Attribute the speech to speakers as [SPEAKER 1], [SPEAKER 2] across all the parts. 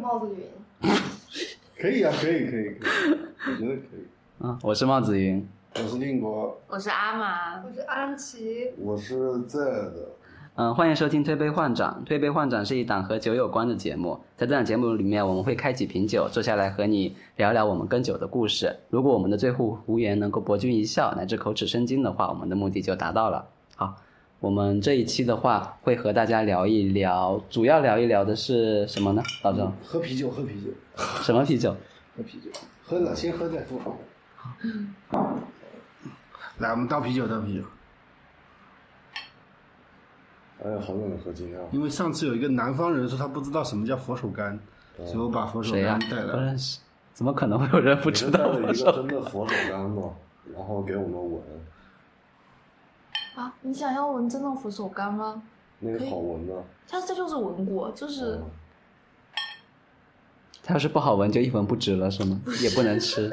[SPEAKER 1] 帽子云。
[SPEAKER 2] 可以啊，可以，可以，可以，我觉得可以。
[SPEAKER 3] 啊，我是帽子云，
[SPEAKER 2] 我是宁国，
[SPEAKER 4] 我是阿玛
[SPEAKER 1] 我，是安琪，
[SPEAKER 2] 我是在的。
[SPEAKER 3] 嗯、欢迎收听《推杯换盏》。《推杯换盏》是一档和酒有关的节目，在这档节目里面，我们会开几瓶酒，坐下来和你聊聊我们跟酒的故事。如果我们的醉户无言能够博君一笑，乃至口齿生津的话，我们的目的就达到了。好，我们这一期的话，会和大家聊一聊，主要聊一聊的是什么呢？老周，
[SPEAKER 2] 喝啤酒，喝啤酒，
[SPEAKER 3] 什么啤酒？
[SPEAKER 2] 喝啤酒，喝
[SPEAKER 5] 嗯
[SPEAKER 2] 了先喝再说。
[SPEAKER 5] 来，我们倒啤酒，倒啤酒。
[SPEAKER 2] 哎呀，好久没喝今天了。
[SPEAKER 5] 因为上次有一个南方人说他不知道什么叫佛手柑，
[SPEAKER 2] 哦
[SPEAKER 5] 所以我把佛手
[SPEAKER 3] 谁呀
[SPEAKER 5] 柑、带
[SPEAKER 3] 不
[SPEAKER 5] 来。
[SPEAKER 3] 认识，怎么可能会有人不知道
[SPEAKER 2] 我就带了
[SPEAKER 3] 我
[SPEAKER 2] 一
[SPEAKER 3] 说
[SPEAKER 2] 个真的佛手柑嘛，然后给我们闻，
[SPEAKER 4] 啊，你想要闻真的佛手柑吗？
[SPEAKER 2] 那个好闻啊吗？
[SPEAKER 4] 像这就是闻过，就是
[SPEAKER 5] 哦
[SPEAKER 2] 嗯
[SPEAKER 3] 它要是不好闻就一文不值了，是吗？也不能 吃。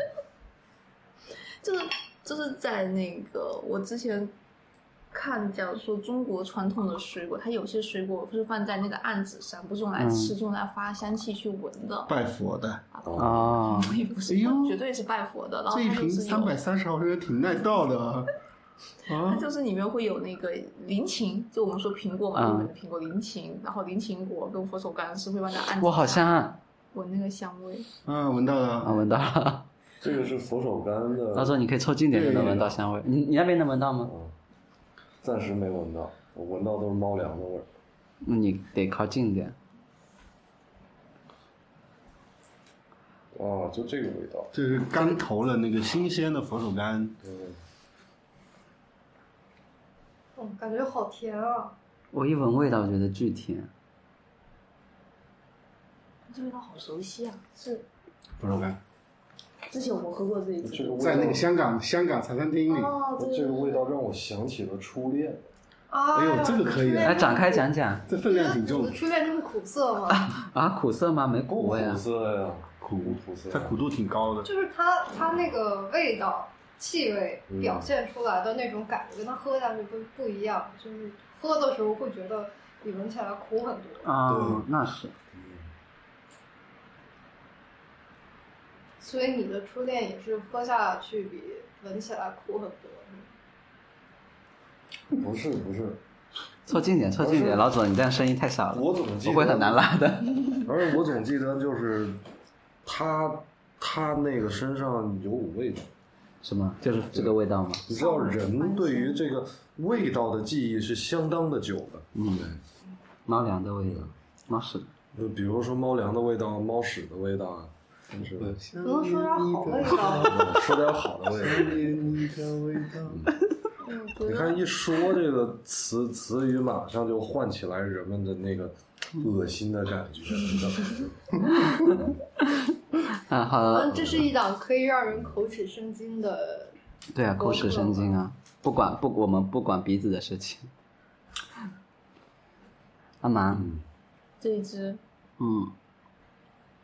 [SPEAKER 4] 就是就是在那个我之前看讲说中国传统的水果，它有些水果不是放在那个案子上，不是用来吃，
[SPEAKER 3] 嗯
[SPEAKER 4] 是用来发香气去闻的。
[SPEAKER 5] 拜佛的，
[SPEAKER 2] 哦，
[SPEAKER 3] 哦，
[SPEAKER 4] 也不是
[SPEAKER 5] 哎呦，
[SPEAKER 4] 绝对是拜佛的。然后
[SPEAKER 5] 这一
[SPEAKER 4] 它
[SPEAKER 5] 瓶
[SPEAKER 4] 哦就是
[SPEAKER 5] 三百
[SPEAKER 4] 有，
[SPEAKER 5] 三十毫升挺耐倒的 啊。
[SPEAKER 4] 它
[SPEAKER 5] 啊，
[SPEAKER 4] 就是里面会有那个林檎，就我们说苹果嘛，
[SPEAKER 3] 嗯
[SPEAKER 4] 日本的苹果林檎，然后林檎果跟佛手柑是会放在案子上。
[SPEAKER 3] 我好像
[SPEAKER 4] 闻那个香味。
[SPEAKER 5] 嗯，闻到
[SPEAKER 3] 啊
[SPEAKER 5] 了。
[SPEAKER 3] 闻到了，
[SPEAKER 2] 这个是佛手柑的。
[SPEAKER 3] 到时候啊你可以凑近点就能闻到香味。你你那边能闻到吗？
[SPEAKER 2] 嗯，暂时没闻到，我闻到都是猫粮的味儿。
[SPEAKER 3] 那你得靠近点。
[SPEAKER 2] 哦，就这个味道。
[SPEAKER 5] 就是刚投了那个新鲜的佛手柑，
[SPEAKER 2] 嗯，
[SPEAKER 1] 嗯，感觉好甜啊！
[SPEAKER 3] 我一闻味道觉得巨甜，
[SPEAKER 4] 这味道好熟悉啊！是
[SPEAKER 5] 佛手柑
[SPEAKER 4] 之前我们喝过这一
[SPEAKER 2] 这
[SPEAKER 4] 支
[SPEAKER 2] 个味道
[SPEAKER 5] 在那个香港香港茶餐厅里。
[SPEAKER 1] 哦，对
[SPEAKER 2] 这个味道让我想起了初恋。
[SPEAKER 1] 啊！
[SPEAKER 5] 哎呦这个可以啊
[SPEAKER 3] 来展开讲讲
[SPEAKER 5] 这分量挺重
[SPEAKER 1] 我的，初恋那么苦涩吗？
[SPEAKER 3] 啊，苦涩吗？没苦味啊
[SPEAKER 2] 苦。涩呀，苦苦涩。
[SPEAKER 5] 它苦度挺高的。
[SPEAKER 1] 就是它它那个味道、气味表现出来的那种感觉，跟它喝下去不不一样。就是喝的时候会觉得比闻起来苦很多。
[SPEAKER 3] 啊
[SPEAKER 2] 对，
[SPEAKER 3] 那是
[SPEAKER 2] 嗯。
[SPEAKER 1] 所以你的初恋也是喝下去比闻起来苦很多。
[SPEAKER 2] 不是不是，
[SPEAKER 3] 凑近点，凑近点，老总，你这样声音太小了，
[SPEAKER 2] 我怎么记
[SPEAKER 3] 我
[SPEAKER 2] 得？
[SPEAKER 3] 会很难拉的。
[SPEAKER 2] 而且我总记得就是他他那个身上有股味道，
[SPEAKER 3] 什么？就是这个味道吗？
[SPEAKER 2] 你知道人对于这个味道的记忆是相当的久的。
[SPEAKER 3] 嗯，猫粮的味道，猫屎。
[SPEAKER 2] 就呃比如说猫粮的味道、猫屎的味道啊， 是吧？
[SPEAKER 1] 能不能说点好味道？
[SPEAKER 2] 嗯说点好的味道。
[SPEAKER 5] 你的味道。
[SPEAKER 4] 嗯，
[SPEAKER 2] 你看一说这个词词语，马上就唤起来人们的那个恶心的感觉。你知道吗
[SPEAKER 3] 啊，好了
[SPEAKER 1] 嗯，，这是一档可以让人口齿生津的。
[SPEAKER 3] 对啊，口齿生津啊，不管不，我们不管鼻子的事 情。阿蛮，
[SPEAKER 2] 嗯，
[SPEAKER 4] 这一支，
[SPEAKER 3] 嗯，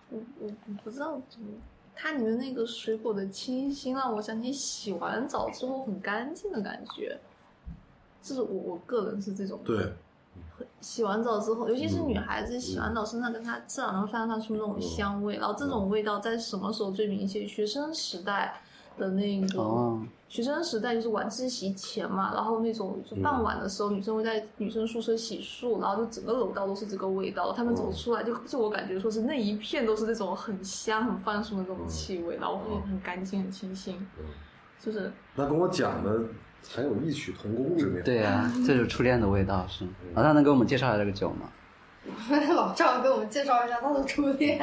[SPEAKER 4] 我我我不知道怎么，它里面那个水果的清新让我想起洗完澡之后很干净的感觉。就是我我个人是这种，
[SPEAKER 2] 对，
[SPEAKER 4] 洗完澡之后，尤其是
[SPEAKER 2] 嗯嗯
[SPEAKER 4] 女孩子洗完澡，身上跟她自然而然散发出那种香味，然后这种味道在什么时候最明显？学生时代的那个
[SPEAKER 3] 哦，
[SPEAKER 4] 学生时代就是晚自习前嘛，然后那种就傍晚的时候，女生会在女生宿舍洗漱，然后就整个楼道都是这个味道。她们走出来就就我感觉说是那一片都是那种很香、很放松的那种气味，然后会很干净、很清新，
[SPEAKER 2] 嗯
[SPEAKER 4] 就是
[SPEAKER 2] 那跟我讲的还有异曲同工之妙。
[SPEAKER 3] 对啊，这就是初恋的味道是。老大能给我们介绍一下这个酒吗？
[SPEAKER 1] 老赵给我们介绍一下他的初恋。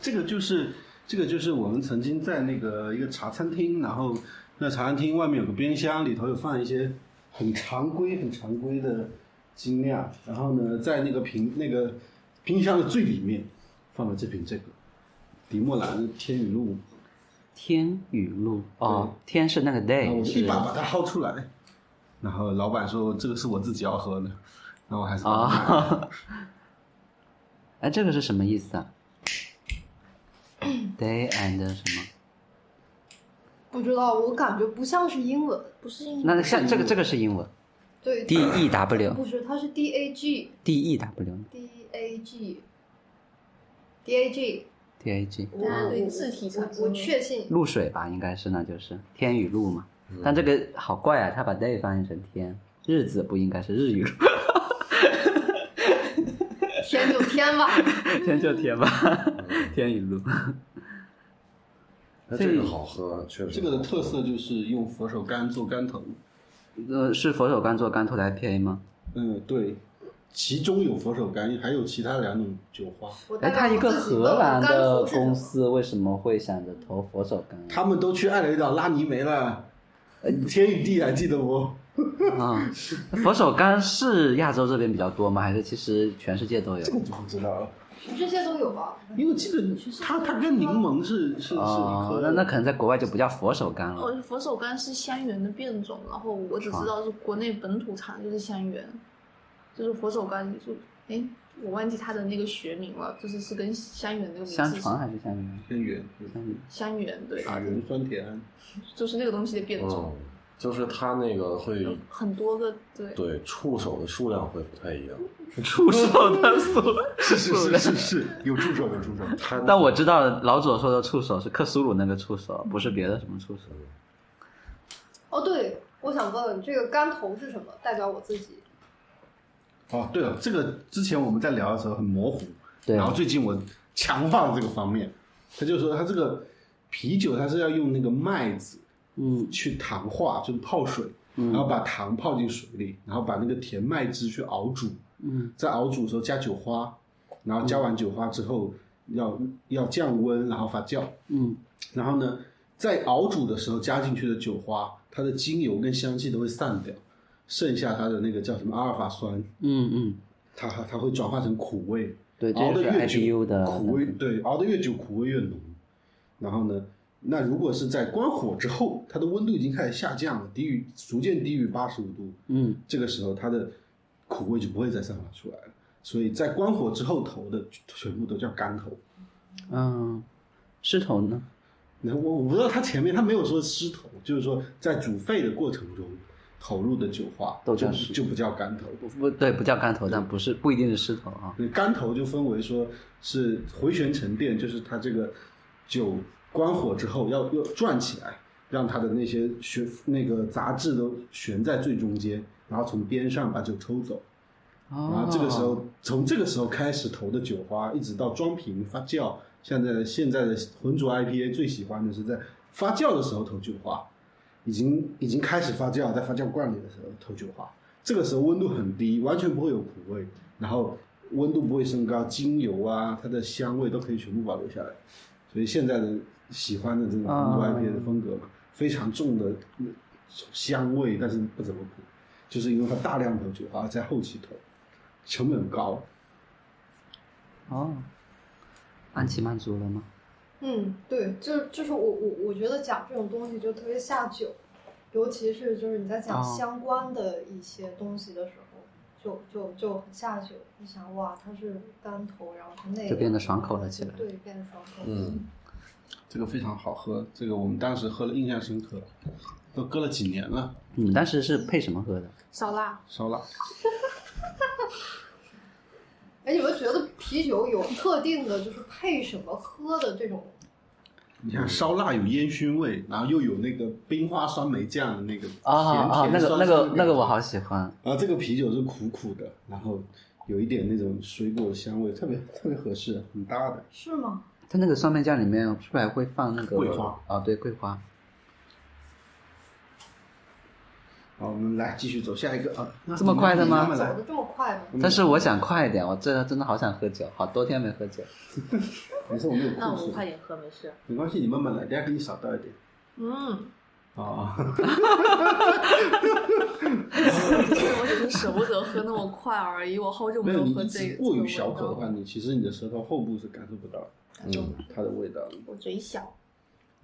[SPEAKER 5] 这个就是这个就是我们曾经在那个一个茶餐厅，然后那茶餐厅外面有个冰箱，里头有放一些很常规、很常规的精酿，然后呢，在那个瓶那个冰箱的最里面放了这瓶这个迪莫兰的天雨露，
[SPEAKER 3] 天雨露哦，天是那个
[SPEAKER 5] 然后
[SPEAKER 3] day
[SPEAKER 5] 我就是一把把它薅出来，然后老板说这个是我自己要喝的，然后我还是把它买了
[SPEAKER 3] 啊。 哎，这个是什么意思 啊？day and 什么？
[SPEAKER 1] 不知道，我感觉不像是英文。
[SPEAKER 4] 不是因为
[SPEAKER 3] 那像这个这个是英文
[SPEAKER 1] 对
[SPEAKER 3] 嗯 d e w
[SPEAKER 1] 不是，它是 D A G
[SPEAKER 3] d e w
[SPEAKER 1] D A G D A G，
[SPEAKER 3] D A G
[SPEAKER 1] 我
[SPEAKER 4] 大家对
[SPEAKER 1] 我
[SPEAKER 4] 字体产生
[SPEAKER 1] 我
[SPEAKER 4] 了
[SPEAKER 1] 确信
[SPEAKER 3] 露水吧，应该是那就是天与露嘛。但这个好怪啊，他把 day 翻译成天，日子不应该是日语吗？
[SPEAKER 1] 天就天 吧，
[SPEAKER 3] 天就天吧， 天与露。
[SPEAKER 2] 那这个好喝，确实
[SPEAKER 5] 这个的
[SPEAKER 2] 好喝
[SPEAKER 5] 特色就是用佛手柑做柑头，
[SPEAKER 3] 呃，是佛手柑做柑头来 PA 吗？
[SPEAKER 5] 嗯，对，其中有佛手柑，还有其他两种酒花，
[SPEAKER 1] 我大
[SPEAKER 3] 哎，
[SPEAKER 1] 概
[SPEAKER 3] 他一个
[SPEAKER 1] 我自己
[SPEAKER 3] 荷兰
[SPEAKER 1] 都
[SPEAKER 3] 的
[SPEAKER 1] 不甘心是
[SPEAKER 3] 公
[SPEAKER 1] 什么，
[SPEAKER 3] 司为什么会想着投佛手柑？
[SPEAKER 5] 他们都去艾雷岛拉泥煤了，天与地还记得不？
[SPEAKER 3] 啊，佛手柑是亚洲这边比较多吗？还是其实全世界都有
[SPEAKER 5] 这？个就不知道了，
[SPEAKER 1] 全世界都有吧？
[SPEAKER 5] 因为我记得它它跟柠檬是是是一
[SPEAKER 3] 哦
[SPEAKER 5] 颗，，
[SPEAKER 3] 那那可能在国外就不叫佛手柑了。
[SPEAKER 4] 哦，佛手柑是香橼的变种，然后我只知道是国内本土产的就是香橼，就是佛手柑，就哎，我忘记它的那个学名了，就是是跟香橼那个名 字
[SPEAKER 3] 香
[SPEAKER 4] 是
[SPEAKER 3] 床还是香橼？
[SPEAKER 5] 偏圆，
[SPEAKER 3] 香橼
[SPEAKER 4] 香橼对，
[SPEAKER 5] 塔原酸甜胺，
[SPEAKER 4] 就是那个东西的变种
[SPEAKER 2] 嗯，，就是它那个
[SPEAKER 4] 有
[SPEAKER 2] 会
[SPEAKER 4] 很多个对。
[SPEAKER 2] 对触手的数量会不太一样。
[SPEAKER 3] 触手的手。
[SPEAKER 5] 是是是是是，有助手有助手，
[SPEAKER 2] 它
[SPEAKER 3] 但我知道老左说的触手是克苏鲁那个触手，不是别的什么触手。
[SPEAKER 1] 哦，对，我想问这个柑头是什么？代表我自己。
[SPEAKER 5] 哦，对了，这个之前我们在聊的时候很模糊，
[SPEAKER 3] 对啊
[SPEAKER 5] 然后最近我强化了这个方面，他就说他这个啤酒它是要用那个麦子
[SPEAKER 3] 嗯
[SPEAKER 5] 去糖化，就是泡水，然后把糖泡进水里，然后把那个甜麦汁去熬煮，
[SPEAKER 3] 嗯
[SPEAKER 5] 在熬煮的时候加酒花，然后加完酒花之后要要降温，然后发酵，
[SPEAKER 3] 嗯
[SPEAKER 5] 然后呢，在熬煮的时候加进去的酒花，它的精油跟香气都会散掉，剩下它的那个叫什么阿尔法酸，
[SPEAKER 3] 嗯嗯，
[SPEAKER 5] 它它它会转化成苦味，
[SPEAKER 3] 对，这
[SPEAKER 5] 熬
[SPEAKER 3] 就
[SPEAKER 5] 的
[SPEAKER 3] 是
[SPEAKER 5] 越久
[SPEAKER 3] IPU 的
[SPEAKER 5] 苦味，对，熬的越久苦味越浓。然后呢，那如果是在关火之后，它的温度已经开始下降了，低于逐渐低于八十五度，
[SPEAKER 3] 嗯
[SPEAKER 5] 这个时候它的苦味就不会再散发出来了。所以在关火之后投的全部都叫干投。
[SPEAKER 3] 嗯，狮头呢？
[SPEAKER 5] 那我我不知道它前面它没有说湿投，就是说在煮沸的过程中投入的酒花
[SPEAKER 3] 都
[SPEAKER 5] 就
[SPEAKER 3] 叫
[SPEAKER 5] 不
[SPEAKER 3] 湿
[SPEAKER 5] 就不叫干投。
[SPEAKER 3] 不不对，不叫干头，但不是不一定是狮头啊。
[SPEAKER 5] 那干头就分为说是回旋沉淀，就是它这个酒关火之后要要转起来，让它的那些悬那个杂质都悬在最中间，然后从边上把酒抽走，然
[SPEAKER 3] 哦
[SPEAKER 5] 后，啊这个时候从这个时候开始投的酒花，一直到装瓶发酵，现在的现在的浑浊 IPA 最喜欢的是在发酵的时候投酒花，已经已经开始发酵，在发酵罐里的时候投酒花，这个时候温度很低，完全不会有苦味，然后温度不会升高，精油啊它的香味都可以全部保留下来，所以现在的喜欢的这种浑浊
[SPEAKER 3] 啊
[SPEAKER 5] IPA 的风格嘛，非常重的嗯香味，但是不怎么苦，就是因为它大量投酒花在后期投。成本高，
[SPEAKER 3] 哦，安琪满足了吗？
[SPEAKER 1] 嗯，对，就就是我我我觉得讲这种东西就特别下酒，尤其是就是你在讲
[SPEAKER 3] 哦
[SPEAKER 1] 相关的一些东西的时候，就就就很下酒。你想哇，它是干头，然后它那个
[SPEAKER 3] 就变得爽口了起来
[SPEAKER 1] 对，变得爽口。
[SPEAKER 2] 嗯，
[SPEAKER 5] 这个非常好喝，这个我们当时喝了印象深刻，都搁了几年了，
[SPEAKER 3] 你们当时是配什么喝的？
[SPEAKER 4] 烧腊，
[SPEAKER 5] 烧腊。
[SPEAKER 1] 哎，你们觉得啤酒有特定的，就是配什么喝的这种？
[SPEAKER 5] 你看烧腊有烟熏味，然后又有那个冰花酸梅酱的那个
[SPEAKER 3] 啊啊，
[SPEAKER 5] 甜
[SPEAKER 3] 那
[SPEAKER 5] 甜
[SPEAKER 3] 个
[SPEAKER 5] 酸
[SPEAKER 3] 那
[SPEAKER 5] 酸的
[SPEAKER 3] 个
[SPEAKER 5] 感觉
[SPEAKER 3] 那个我好喜欢。
[SPEAKER 5] 然啊后这个啤酒是苦苦的，然后有一点那种水果香味，特别特别合适，很搭的。
[SPEAKER 1] 是吗？
[SPEAKER 3] 它那个酸梅酱里面是不是还会放那个
[SPEAKER 5] 桂花？
[SPEAKER 3] 啊，对，桂花。
[SPEAKER 5] 好，我们来继续走下一个啊，那
[SPEAKER 3] 这么快的吗
[SPEAKER 5] 你慢慢
[SPEAKER 1] 走
[SPEAKER 5] 来
[SPEAKER 1] 的这么快吗？
[SPEAKER 5] 嗯
[SPEAKER 3] 但是我想快一点，我这真的好想喝酒，好多天没喝酒。
[SPEAKER 5] 没事，我没有
[SPEAKER 6] 那我
[SPEAKER 5] 控
[SPEAKER 6] 们
[SPEAKER 5] 制
[SPEAKER 6] 快，点喝，没事。
[SPEAKER 5] 没关系，你慢慢来，等下给你少倒一点。
[SPEAKER 4] 嗯，
[SPEAKER 5] 啊，
[SPEAKER 4] 我只是舍不得喝那么快而已，我 好久
[SPEAKER 5] 没
[SPEAKER 4] 有
[SPEAKER 5] 有，你
[SPEAKER 4] 喝
[SPEAKER 5] 一
[SPEAKER 4] 这
[SPEAKER 5] 直
[SPEAKER 4] 个。
[SPEAKER 5] 过于小口的话，
[SPEAKER 4] 这个味道
[SPEAKER 5] 你其实你的舌头后部是感受不到
[SPEAKER 2] 嗯，
[SPEAKER 5] 它的味道的。
[SPEAKER 6] 我嘴小，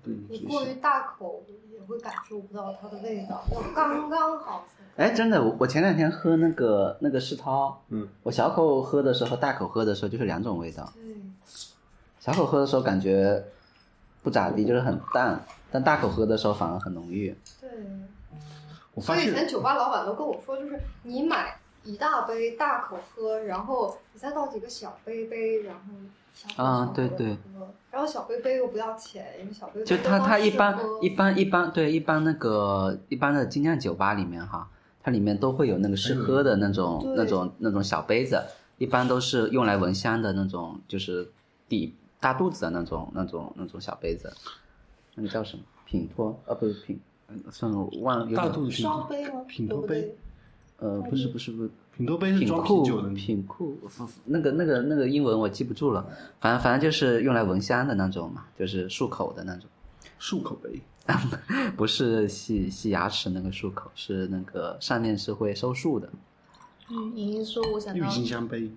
[SPEAKER 5] 对，
[SPEAKER 1] 你
[SPEAKER 5] 就是
[SPEAKER 1] 过于大口也会感受不到它的味道，要刚刚好才。
[SPEAKER 3] 哎，真的，我我前两天喝那个那个世涛，
[SPEAKER 5] 嗯，
[SPEAKER 3] 我小口喝的时候，大口喝的时候就是两种味道。
[SPEAKER 1] 对，
[SPEAKER 3] 小口喝的时候感觉不咋地，就是很淡，但大口喝的时候反而很浓郁。
[SPEAKER 1] 对。
[SPEAKER 5] 我
[SPEAKER 1] 所
[SPEAKER 5] 发
[SPEAKER 1] 以以
[SPEAKER 5] 现
[SPEAKER 1] 前酒吧老板都跟我说，就是你买一大杯大口喝，然后你再倒几个小杯杯，然后小火
[SPEAKER 3] 啊
[SPEAKER 1] 小
[SPEAKER 3] 对
[SPEAKER 1] 锅
[SPEAKER 3] 对
[SPEAKER 1] 什么然后小杯杯又不要钱，因为小杯杯
[SPEAKER 3] 就它
[SPEAKER 1] 刚
[SPEAKER 3] 它一
[SPEAKER 1] 适
[SPEAKER 3] 般
[SPEAKER 1] 合
[SPEAKER 3] 一般一般对一般那个一般的精酿酒吧里面哈，它里面都会有那个试喝的那种
[SPEAKER 1] 对
[SPEAKER 3] 那种那种小杯子，一般都是用来闻香的那种，就是底大肚子的那种那种那种小杯子，那个叫什么品托啊不是品，嗯算了我忘了有
[SPEAKER 5] 大
[SPEAKER 3] 点
[SPEAKER 5] 肚子
[SPEAKER 1] 烧杯吗？
[SPEAKER 5] 品
[SPEAKER 1] 对
[SPEAKER 5] 头
[SPEAKER 1] 不
[SPEAKER 5] 杯
[SPEAKER 1] 对
[SPEAKER 3] 呃不是不是不是
[SPEAKER 5] 品头杯是
[SPEAKER 3] 品
[SPEAKER 5] 装
[SPEAKER 3] 库
[SPEAKER 5] 啤酒的，
[SPEAKER 3] 品库，不那个那个那个英文我记不住了，反正反正就是用来闻香的那种嘛，就是漱口的那种。
[SPEAKER 5] 漱口杯。
[SPEAKER 3] 不是洗洗牙齿那个漱口，是那个上面是会收束的。
[SPEAKER 4] 嗯，莹莹说，我想
[SPEAKER 5] 郁
[SPEAKER 4] 到
[SPEAKER 5] 金香杯，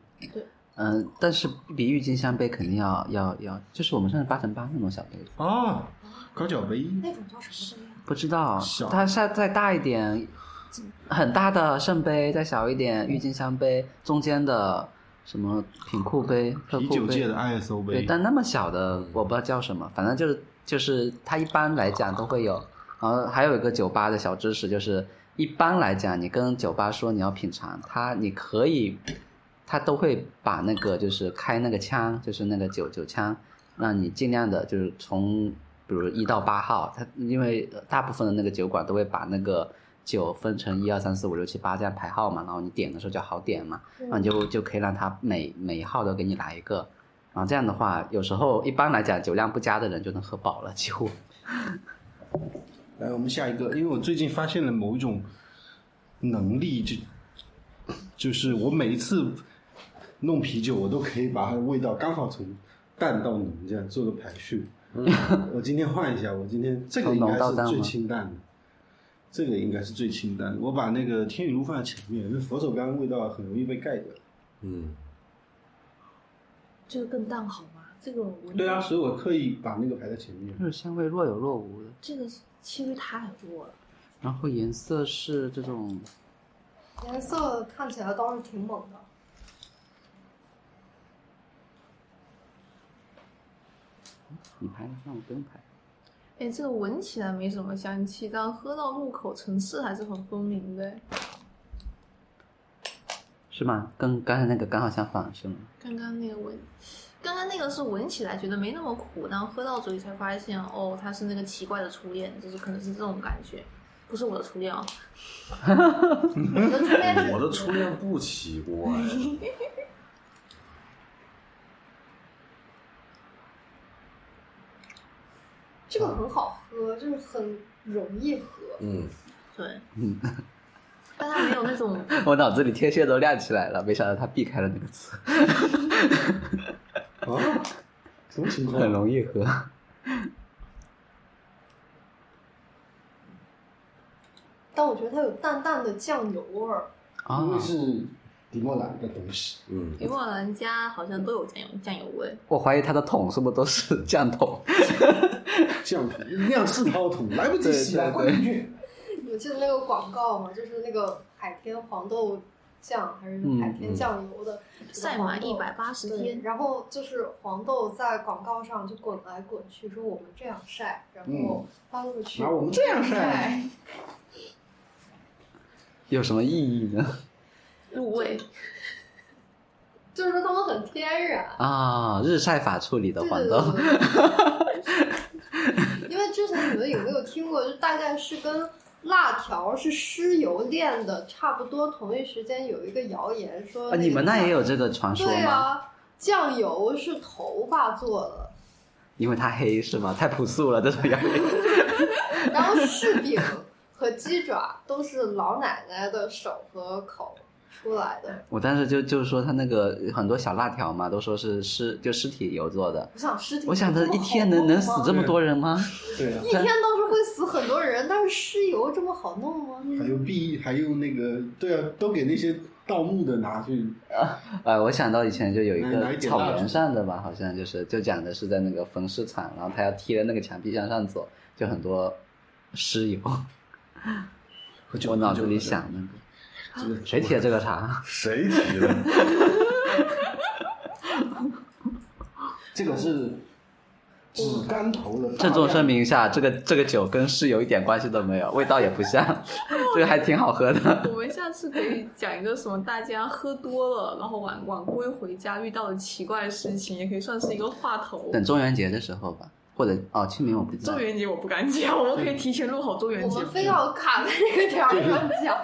[SPEAKER 3] 嗯，但是比郁金香杯肯定要要要，就是我们上次八乘八那种小杯子，哦
[SPEAKER 5] 啊，高脚杯，
[SPEAKER 1] 那种叫什么杯啊？
[SPEAKER 3] 不知道
[SPEAKER 5] 小
[SPEAKER 3] 它再再大一点，很大的圣杯，再小一点郁金香杯，中间的什么品库杯、特
[SPEAKER 5] 啤
[SPEAKER 3] 库
[SPEAKER 5] 酒
[SPEAKER 3] 杯
[SPEAKER 5] 界的 ISO
[SPEAKER 3] 对，
[SPEAKER 5] 杯，
[SPEAKER 3] 但那么小的我不知道叫什么，反正就是就是它一般来讲都会有。然后还有一个酒吧的小知识就是，一般来讲你跟酒吧说你要品尝它，你可以，它都会把那个就是开那个枪，就是那个酒酒枪，让你尽量的就是从比如一到八号，它因为呃大部分的那个酒馆都会把那个。酒分成一二三四五六七八这样排号嘛，然后你点的时候就好点嘛，然后你啊就就可以让它每每一号都给你来一个，然后这样的话，有时候一般来讲酒量不佳的人就能喝饱了，几乎。
[SPEAKER 5] 来，我们下一个，因为我最近发现了某一种能力，就就是我每一次弄啤酒，我都可以把它的味道刚好从淡到浓这样做个排序。
[SPEAKER 3] 嗯
[SPEAKER 5] 我今天换一下，我今天这个应该
[SPEAKER 3] 从浓到
[SPEAKER 5] 是
[SPEAKER 3] 淡吗
[SPEAKER 5] 最清淡的，
[SPEAKER 3] 嗯
[SPEAKER 5] 这个应该是最清淡的。我把那个天雨路放在前面，因为佛手柑味道很容易被盖掉。
[SPEAKER 2] 嗯，
[SPEAKER 4] 这个更淡好吗？这个我
[SPEAKER 5] 对啊，，所以我刻意把那个排在前面。
[SPEAKER 3] 就是香味若有若无的，
[SPEAKER 4] 这个气味太弱了。
[SPEAKER 3] 然后颜色是这种，
[SPEAKER 1] 颜色看起来倒是挺猛的，
[SPEAKER 3] 你拍吗？那我不用拍。
[SPEAKER 4] 哎，这个闻起来没什么香气，但喝到入口层次还是很分明的，
[SPEAKER 3] 是吗？跟刚才那个刚好相反，是吗？
[SPEAKER 4] 刚刚那个闻，刚刚那个是闻起来觉得没那么苦，然后喝到嘴里才发现，哦，它是那个奇怪的初恋，就是可能是这种感觉，不是我的初恋啊。
[SPEAKER 1] 我的初恋是
[SPEAKER 2] 我的初恋不奇怪，
[SPEAKER 1] 这
[SPEAKER 3] 啊
[SPEAKER 1] 个很好喝，就是很容易喝。
[SPEAKER 2] 嗯，
[SPEAKER 4] 对，
[SPEAKER 3] 嗯，
[SPEAKER 4] 但它没有那种，
[SPEAKER 3] 我脑子里天蝎都亮起来了，没想到他避开了那个 词，哦
[SPEAKER 5] 啊，什么情况？
[SPEAKER 3] 很容易喝。
[SPEAKER 1] 但我觉得它有淡淡的酱油味儿，
[SPEAKER 3] 啊
[SPEAKER 5] 因，为是迪莫兰的东西。
[SPEAKER 2] 嗯，
[SPEAKER 4] 迪莫兰家好像都有酱油酱油味。
[SPEAKER 3] 我怀疑他的桶是不是都是 酱桶？
[SPEAKER 5] 酱土酿世涛土，来不及洗了，
[SPEAKER 3] 对对
[SPEAKER 5] 快进去。
[SPEAKER 1] 我记得那个广告嘛，就是那个海天黄豆酱还是海天酱油的，
[SPEAKER 4] 晒满一百八十
[SPEAKER 1] 对，
[SPEAKER 4] 天，
[SPEAKER 1] 然后就是黄豆在广告上就滚来滚去，说我们这样晒，然后翻过去，
[SPEAKER 5] 拿我们这样晒，
[SPEAKER 1] 晒，
[SPEAKER 3] 有什么意义呢？
[SPEAKER 4] 入味。
[SPEAKER 1] 就是说他们很天然。
[SPEAKER 3] 啊，日晒法处理的
[SPEAKER 1] 对
[SPEAKER 3] 黄
[SPEAKER 1] 对
[SPEAKER 3] 豆，
[SPEAKER 1] 对对。因为之前你们有没有听过，就大概是跟辣条是湿油炼的，差不多同一时间有一个谣言说、
[SPEAKER 3] 啊，你们那也有这个传说
[SPEAKER 1] 对
[SPEAKER 3] 吗？
[SPEAKER 1] 啊，酱油是头发做 的，
[SPEAKER 3] 因为它黑是吗？太朴素了，这种要求。
[SPEAKER 1] 然后柿饼和鸡爪都是老奶奶的手和口出来的。
[SPEAKER 3] 我当时就就是说他那个很多小辣条嘛，都说是尸就尸体油做的。
[SPEAKER 1] 我想尸体，
[SPEAKER 3] 我想着一天能能死这么多人吗？
[SPEAKER 5] 对啊
[SPEAKER 1] 一，天倒是会死很多人，但是尸油这么好弄吗？
[SPEAKER 5] 还有币，还有那个，对啊，都给那些盗墓的拿去。
[SPEAKER 3] 呃，我想到以前就有一
[SPEAKER 5] 哪
[SPEAKER 3] 个
[SPEAKER 5] 一点
[SPEAKER 3] 草原上的吧，好像就是就讲的是在那个焚尸场，然后他要贴着那个墙壁向上走，就很多尸油。
[SPEAKER 5] 喝酒
[SPEAKER 3] 我脑子里，
[SPEAKER 5] 喝
[SPEAKER 3] 想那个
[SPEAKER 5] 酒喝酒这个
[SPEAKER 3] 谁提的这个茶？
[SPEAKER 2] 谁提的？
[SPEAKER 5] 这个是只干投了大量。
[SPEAKER 3] 郑重声明一下，这个这个酒跟室友一点关系都没有，味道也不像， 这个还挺好喝的。
[SPEAKER 4] 我们下次可以讲一个什么大家喝多了，然后晚晚归回家遇到的奇怪的事情，也可以算是一个话头。
[SPEAKER 3] 等中元节的时候吧，或者哦清明我不知道
[SPEAKER 4] 中。元节我不敢讲，我们可以提前录好中元
[SPEAKER 1] 我
[SPEAKER 4] 节。
[SPEAKER 1] 们非要卡在这个点儿上 讲。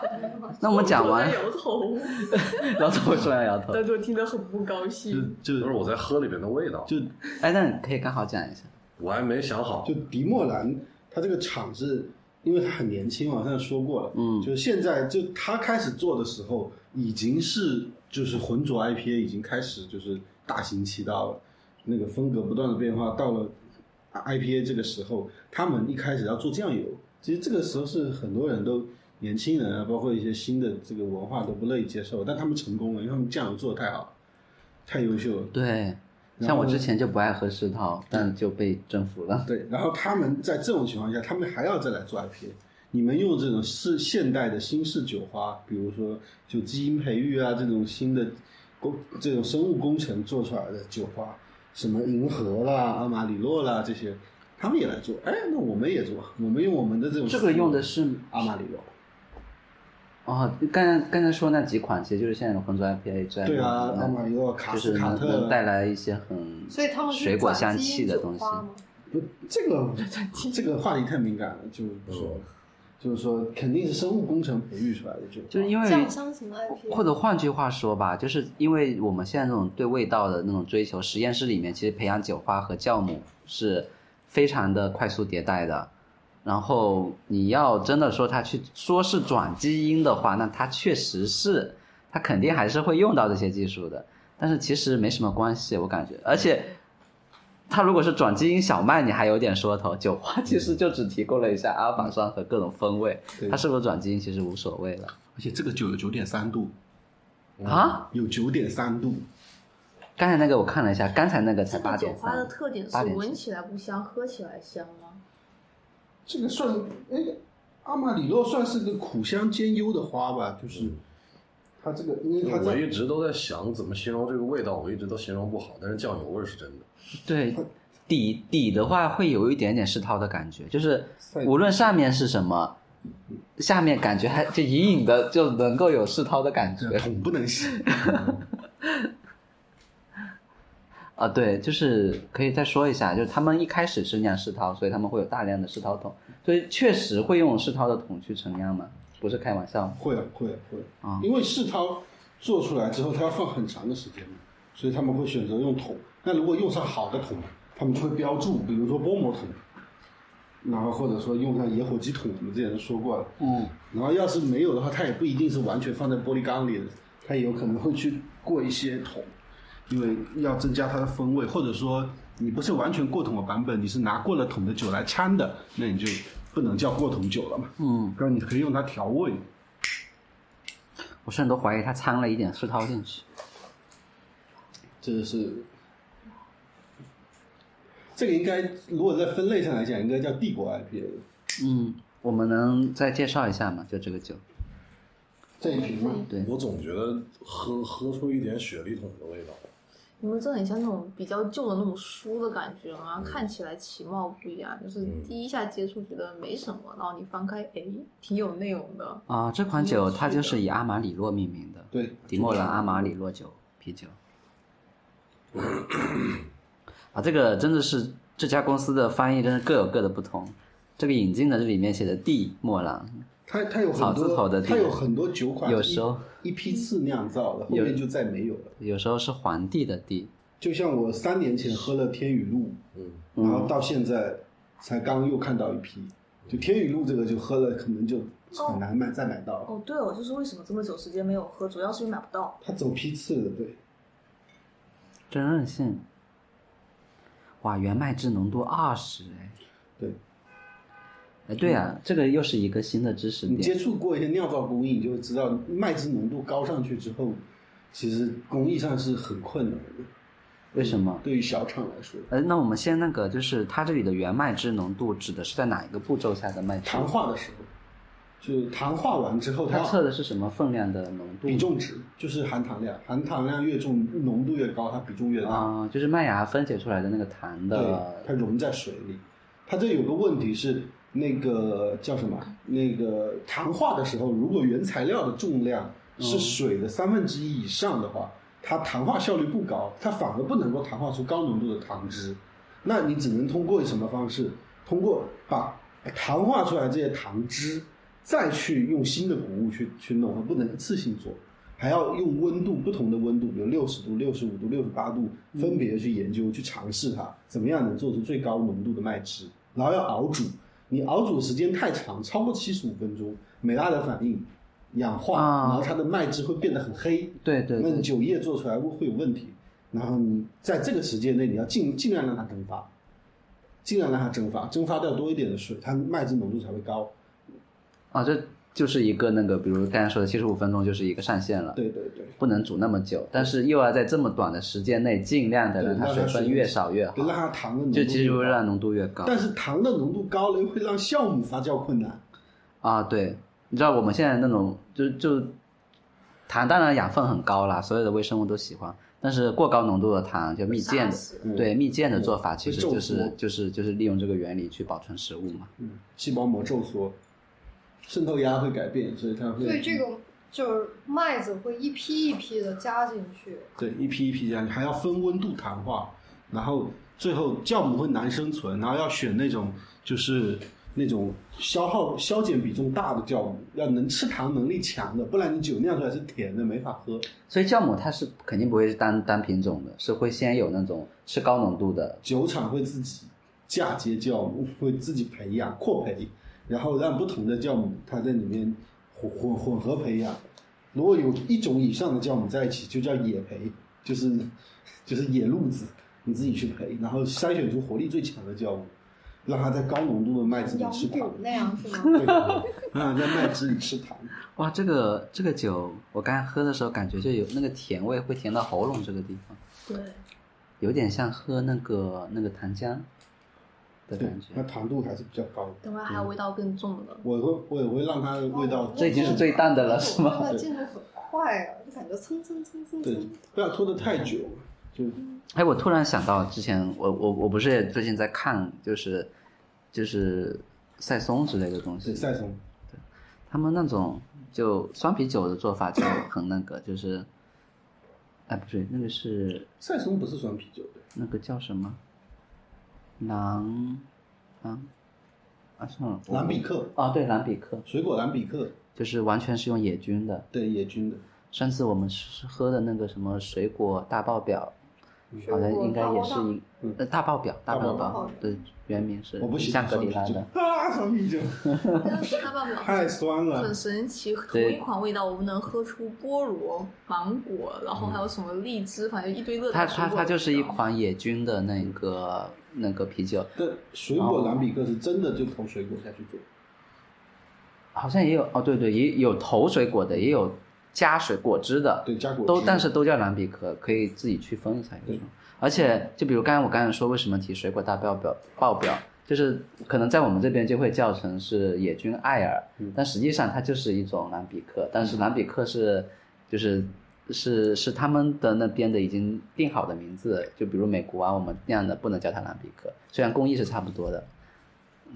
[SPEAKER 3] 那我们讲完
[SPEAKER 4] 我，摇头，
[SPEAKER 3] 摇头说要摇头。
[SPEAKER 4] 但是我听得很不高
[SPEAKER 5] 就
[SPEAKER 3] 嗯
[SPEAKER 4] 兴。
[SPEAKER 5] 就
[SPEAKER 2] 就是我在喝里面的味道，
[SPEAKER 5] 就
[SPEAKER 3] 哎，那你可以刚好讲一下。
[SPEAKER 2] 我还没想好
[SPEAKER 5] 就。迪莫兰，他这个厂是，因为他很年轻嘛，我好像说过了，
[SPEAKER 3] 嗯
[SPEAKER 5] 就是现在就他开始做的时候，已经是就是浑浊 IPA 已经开始就是大行其道了，那个风格不断的变化，到了 IPA 这个时候，他们一开始要做酱油，其实这个时候是很多人都。年轻人啊，包括一些新的这个文化都不乐意接受，但他们成功了，因为他们酱油做的太好，太优秀了。
[SPEAKER 3] 对，像我之前就不爱喝世涛，但就被征服了。
[SPEAKER 5] 对，然后他们在这种情况下，他们还要再来做 IPA。你们用这种是现代的新式酒花，比如说就基因培育啊这种新的工这种生物工程做出来的酒花，什么银河啦、阿玛里诺啦这些，他们也来做。哎，那我们也做，我们用我们的这种
[SPEAKER 3] 这个用的是
[SPEAKER 5] 阿玛里诺。
[SPEAKER 3] 哦，刚才刚才说那几款，其实就是现在的浑浊 IPA 最爱
[SPEAKER 5] 对啊
[SPEAKER 3] 用的
[SPEAKER 5] 阿玛尼诺卡
[SPEAKER 3] 就
[SPEAKER 5] 斯
[SPEAKER 3] 是
[SPEAKER 5] 卡
[SPEAKER 3] 能
[SPEAKER 5] 特
[SPEAKER 3] 能带来一些很
[SPEAKER 1] 所以他们是
[SPEAKER 3] 水果
[SPEAKER 1] 转
[SPEAKER 3] 香
[SPEAKER 1] 基
[SPEAKER 3] 气
[SPEAKER 1] 因
[SPEAKER 3] 的
[SPEAKER 1] 酒
[SPEAKER 3] 东西。
[SPEAKER 1] 花吗
[SPEAKER 5] 不，这个这个话题太敏感了，就不说了。就是说，肯定是生物工程培育出来的酒花，
[SPEAKER 3] 就是因为
[SPEAKER 1] 酱香型 IP，
[SPEAKER 3] 或者换句话说吧，就是因为我们现在这种对味道的那种追求，实验室里面其实培养酒花和酵母是非常的快速迭代的。然后你要真的说它去说是转基因的话，那它确实是，它肯定还是会用到这些技术的。但是其实没什么关系，我感觉，而且。它如果是转基因小麦，你还有点说头。酒花其实就只提供了一下阿尔法酸和各种风味，
[SPEAKER 5] 对
[SPEAKER 3] 它是不是转基因其实无所谓了
[SPEAKER 5] 而且这个酒有九点三度，
[SPEAKER 3] 啊？
[SPEAKER 5] 有九点三度，
[SPEAKER 3] 刚才那个我看了一下，刚才那个才
[SPEAKER 4] 这
[SPEAKER 3] 八
[SPEAKER 4] 个酒
[SPEAKER 3] 点
[SPEAKER 4] 花的
[SPEAKER 3] 三，
[SPEAKER 4] 特点是
[SPEAKER 3] 8.3
[SPEAKER 4] 闻起来不香，喝起来香吗？
[SPEAKER 5] 这个算哎，阿玛里诺算是个苦香兼优的花吧，就是它这个，因为它
[SPEAKER 2] 我
[SPEAKER 5] 在
[SPEAKER 2] 一直都在想怎么形容这个味道，我一直都形容不好，但是酱油味儿是真的。
[SPEAKER 3] 对底底的话会有一点点世涛的感觉，就是
[SPEAKER 5] 赛
[SPEAKER 3] 无论上面是什么，下面感觉还就隐隐的就能够有世涛的感觉
[SPEAKER 5] 桶不能洗，
[SPEAKER 3] 啊。对，就是可以再说一下，就是他们一开始是酿世涛，所以他们会有大量的世涛桶，所以确实会用世涛的桶去陈酿嘛，不是开玩笑嘛。
[SPEAKER 5] 会啊会啊会
[SPEAKER 3] 啊
[SPEAKER 5] 因为世涛做出来之后，它要放很长的时间嘛，所以他们会选择用桶。那如果用上好的桶，他们就会标注，比如说波摩桶，然后或者说用上野火鸡桶，我们之前都说过了。
[SPEAKER 3] 嗯，
[SPEAKER 5] 然后要是没有的话，它也不一定是完全放在玻璃缸里的，它也有可能会去过一些桶，因为要增加它的风味，或者说你不是完全过桶的版本，你是拿过了桶的酒来掺的，那你就不能叫过桶酒了嘛。
[SPEAKER 3] 嗯，
[SPEAKER 5] 然后你可以用它调味，
[SPEAKER 3] 我甚至都怀疑他掺了一点世涛进去。
[SPEAKER 5] 这是这个应该如果在分类上来讲，应该叫帝国 IPA
[SPEAKER 3] 嗯，我们能再介绍一下吗？就这个酒，
[SPEAKER 5] 这一瓶嘛。
[SPEAKER 3] 对
[SPEAKER 2] 我总觉得喝喝出一点雪莉桶的味道。
[SPEAKER 4] 你们这很像那种比较旧的那种书的感觉吗？
[SPEAKER 3] 嗯
[SPEAKER 4] 看起来其貌不扬，就是第一下接触觉得没什么，然后你翻开，哎，挺有内容的。
[SPEAKER 3] 啊、这款酒它就是以阿玛里诺命名的。
[SPEAKER 5] 嗯对，
[SPEAKER 3] 迪莫兰阿玛里诺酒 啤酒。啊，这个真的是这家公司的翻译，真的各有各的不同。这个引进的这里面写的蒂莫兰，
[SPEAKER 5] 它它有
[SPEAKER 3] 草
[SPEAKER 5] 很
[SPEAKER 3] 字头
[SPEAKER 5] 多，
[SPEAKER 3] 的地
[SPEAKER 5] 它有很多酒款，
[SPEAKER 3] 有时候
[SPEAKER 5] 一批次酿造的，后
[SPEAKER 3] 有
[SPEAKER 5] 面就再没有了。
[SPEAKER 3] 有时候是皇帝的帝，
[SPEAKER 5] 就像我三年前喝了天雨露，
[SPEAKER 2] 嗯，
[SPEAKER 5] 然后到现在才刚又看到一批，就天雨露这个就喝了，可能就很难买再买到了。
[SPEAKER 4] 哦，对哦，就是为什么这么久时间没有喝，主要是因为买不到。
[SPEAKER 5] 它走批次的，对，
[SPEAKER 3] 真任性。哇，原麦汁浓度二十哎！
[SPEAKER 5] 对。
[SPEAKER 3] 哎，对啊，这个又是一个新的知识
[SPEAKER 5] 你接
[SPEAKER 3] 点。
[SPEAKER 5] 触过一些酿造工艺，你就会知道麦汁浓度高上去之后，其实工艺上是很困难的。
[SPEAKER 3] 为什么？
[SPEAKER 5] 对于小厂来说，
[SPEAKER 3] 哎，那我们先那个，就是它这里的原麦汁浓度指的是在哪一个步骤下的麦汁？
[SPEAKER 5] 糖化的时候，就糖化完之后，它
[SPEAKER 3] 它测的是什么分量的浓度？
[SPEAKER 5] 比重值就是含糖量，含糖量越重，浓度越高，它比重越大。
[SPEAKER 3] 啊、就是麦芽分解出来的那个糖
[SPEAKER 5] 对，它
[SPEAKER 3] 的，
[SPEAKER 5] 溶在水里。它这有个问题是，那个叫什么？那个糖化的时候，如果原材料的重量是水的三分之一以上的话，它糖化效率不高，它反而不能够糖化出高浓度的糖汁。那你只能通过什么方式？通过把糖化出来这些糖汁，再去用新的谷物去去弄，它不能一次性做。还要用温度不同的温度，比如六十度、六十五度、六十八度，分别去研究、去尝试它，怎么样能做出最高浓度的麦汁，然后要熬煮。你熬煮时间太长，超过七十五分钟，美拉德反应氧化，
[SPEAKER 3] 啊
[SPEAKER 5] 然后它的麦汁会变得很黑，
[SPEAKER 3] 对对
[SPEAKER 5] 那你
[SPEAKER 3] 对，
[SPEAKER 5] 酒液做出来会会有问题。然后你在这个时间内，你要尽尽量让它蒸发，尽量让它蒸发，蒸发掉多一点的水，它麦汁浓度才会高。
[SPEAKER 3] 啊，这就是一个那个，比如刚才说的七十五分钟就是一个上限了，
[SPEAKER 5] 对对对。
[SPEAKER 3] 不能煮那么久，但是又要在这么短的时间内尽量的
[SPEAKER 5] 对
[SPEAKER 3] 让它
[SPEAKER 5] 让它
[SPEAKER 3] 水
[SPEAKER 5] 水
[SPEAKER 3] 分
[SPEAKER 5] 分
[SPEAKER 3] 越少越好，
[SPEAKER 5] 啊对，让它糖的浓度
[SPEAKER 3] 就其实
[SPEAKER 5] 越
[SPEAKER 3] 会
[SPEAKER 5] 高
[SPEAKER 3] 让浓度越高。
[SPEAKER 5] 但是糖的浓度高了，又会让酵母发酵困难。
[SPEAKER 3] 啊，对，你知道我们现在那种就就糖，当然养分很高啦，所有的微生物都喜欢，但是过高浓度的糖就蜜饯
[SPEAKER 4] 杀
[SPEAKER 3] 的
[SPEAKER 4] 死，
[SPEAKER 5] 嗯
[SPEAKER 3] 对蜜饯的做法
[SPEAKER 5] 嗯
[SPEAKER 3] 其实
[SPEAKER 5] 会皱
[SPEAKER 3] 就是
[SPEAKER 5] 缩
[SPEAKER 3] 就是就是利用这个原理去保存食物嘛。
[SPEAKER 5] 嗯，细胞膜皱缩，渗透压会改变，所以它会
[SPEAKER 1] 所以这个就是麦子会一批一批的加进去，
[SPEAKER 5] 对一批一批这样，还要分温度糖化，然后最后酵母会难生存，然后要选那种就是那种消耗消减比重大的酵母，要能吃糖能力强的，不然你酒酿出来是甜的，没法喝。
[SPEAKER 3] 所以酵母它是肯定不会是单单品种的，是会先有那种吃高浓度的，
[SPEAKER 5] 酒厂会自己嫁接酵母，会自己培养扩培，然后让不同的酵母它在里面混混混合培养。如果有一种以上的酵母在一起，就叫野培，就是 就是野路子，你自己去培，然后筛选出活力最强的酵母，让它在高浓度的麦汁里
[SPEAKER 1] 羊
[SPEAKER 5] 吃糖
[SPEAKER 1] 肚。那样是吗？
[SPEAKER 5] 对，让它在麦汁里吃糖。
[SPEAKER 3] 哇，这个这个酒我刚才喝的时候感觉就有那个甜味会甜到喉咙这个地方，
[SPEAKER 4] 对，
[SPEAKER 3] 有点像喝那个那个糖浆的
[SPEAKER 5] 对
[SPEAKER 3] 感，觉
[SPEAKER 5] 那。糖度还是比较高的。
[SPEAKER 4] 等会儿
[SPEAKER 3] 嗯
[SPEAKER 4] 还有味道更重 的。
[SPEAKER 5] 我会我也会让它的味道
[SPEAKER 1] 哦
[SPEAKER 3] 这已经是最淡的了是吗
[SPEAKER 1] 真的进度很快啊，就感觉蹭蹭蹭蹭
[SPEAKER 5] 对
[SPEAKER 1] 蹭。，
[SPEAKER 5] 不要拖得太久，就
[SPEAKER 3] 哎，我突然想到之前，我我我不是也最近在看，就是就是赛松之类的东
[SPEAKER 5] 对
[SPEAKER 3] 西，
[SPEAKER 5] 赛松。
[SPEAKER 3] 他们那种就酸啤酒的做法就很那个，就是，哎，不对，那个是
[SPEAKER 5] 赛松不是酸啤酒的，
[SPEAKER 3] 那个叫什么？狼狼啊，算了，我
[SPEAKER 5] 蓝比克，
[SPEAKER 3] 哦，对，蓝比克，
[SPEAKER 5] 水果蓝比克，
[SPEAKER 3] 就是完全是用野菌的。
[SPEAKER 5] 对野菌的，
[SPEAKER 3] 上次我们吃喝的那个什么水果大爆表，
[SPEAKER 1] 水
[SPEAKER 3] 好像
[SPEAKER 1] 果
[SPEAKER 3] 应该也
[SPEAKER 1] 大
[SPEAKER 3] 是
[SPEAKER 1] 爆
[SPEAKER 3] 一呃大爆表，大
[SPEAKER 5] 大
[SPEAKER 3] 爆
[SPEAKER 5] 爆
[SPEAKER 3] 表
[SPEAKER 1] 表，
[SPEAKER 3] 对，原名是
[SPEAKER 5] 我不喜
[SPEAKER 3] 香
[SPEAKER 5] 欢酸
[SPEAKER 3] 格里
[SPEAKER 5] 啤
[SPEAKER 3] 拉
[SPEAKER 5] 酒
[SPEAKER 3] 的。
[SPEAKER 5] 啊，酸啤酒
[SPEAKER 4] 但是它爸表
[SPEAKER 5] 太酸了
[SPEAKER 3] 嗯
[SPEAKER 4] 很。神奇，同
[SPEAKER 3] 对
[SPEAKER 4] 一款味道，我们能喝出菠萝、芒果，然后还有什么荔枝，反正一堆乐
[SPEAKER 3] 它
[SPEAKER 4] 它
[SPEAKER 3] 它它就是一款野菌的那个那个啤酒，
[SPEAKER 5] 但水果蓝比克是真的就投水果下去做，
[SPEAKER 3] 好像也有哦，对对，也有投水果的，也有加水果汁的，
[SPEAKER 5] 对，加果
[SPEAKER 3] 都
[SPEAKER 5] 汁
[SPEAKER 3] 但是都叫蓝比克，可以自己区分一下有
[SPEAKER 5] 对
[SPEAKER 3] 什么。而且就比如刚才我刚才说为什么提水果大爆表爆表，就是可能在我们这边就会叫成是野菌艾尔，
[SPEAKER 5] 嗯
[SPEAKER 3] 但实际上它就是一种蓝比克，但是蓝比克是就是。是是他们的那边的已经定好的名字，就比如美国啊，我们那样的不能叫它蓝比克，虽然工艺是差不多的，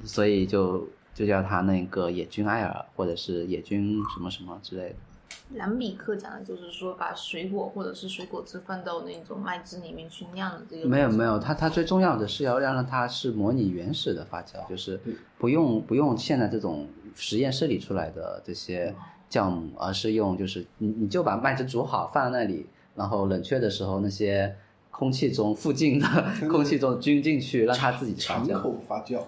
[SPEAKER 3] 所以就就叫它那个野菌艾尔或者是野菌什么什么之类的。
[SPEAKER 4] 蓝比克讲的就是说，把水果或者是水果汁放到那种麦汁里面去酿的这个。
[SPEAKER 3] 没有没有，它它最重要的是要让它是模拟原始的发酵，就是
[SPEAKER 5] 对
[SPEAKER 3] 不用不用现在这种实验室里出来的这些酵母，而是用就是你你就把麦汁煮好放在那里，然后冷却的时候那些空气中附近的 空气中菌进去，让它自己发
[SPEAKER 5] 敞
[SPEAKER 3] 酵。
[SPEAKER 5] 口发酵，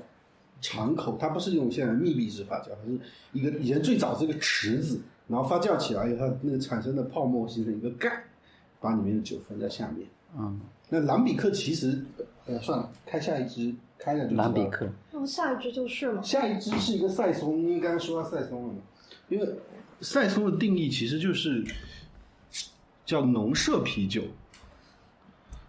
[SPEAKER 5] 敞口它不是用现在密闭式发酵，它是一个以前最早是个池子，然后发酵起来以后，它那个产生的泡沫形成一个盖，把里面的酒分在下面。
[SPEAKER 3] 嗯，
[SPEAKER 5] 那蓝比克其实，呃，算了，开下一支，开下就知道
[SPEAKER 3] 蓝比
[SPEAKER 5] 了
[SPEAKER 3] 克，
[SPEAKER 1] 那么下一支就是嘛，
[SPEAKER 5] 下一支是一个赛松，因为刚刚说到赛松了嘛，因为赛松的定义其实就是叫农舍啤酒。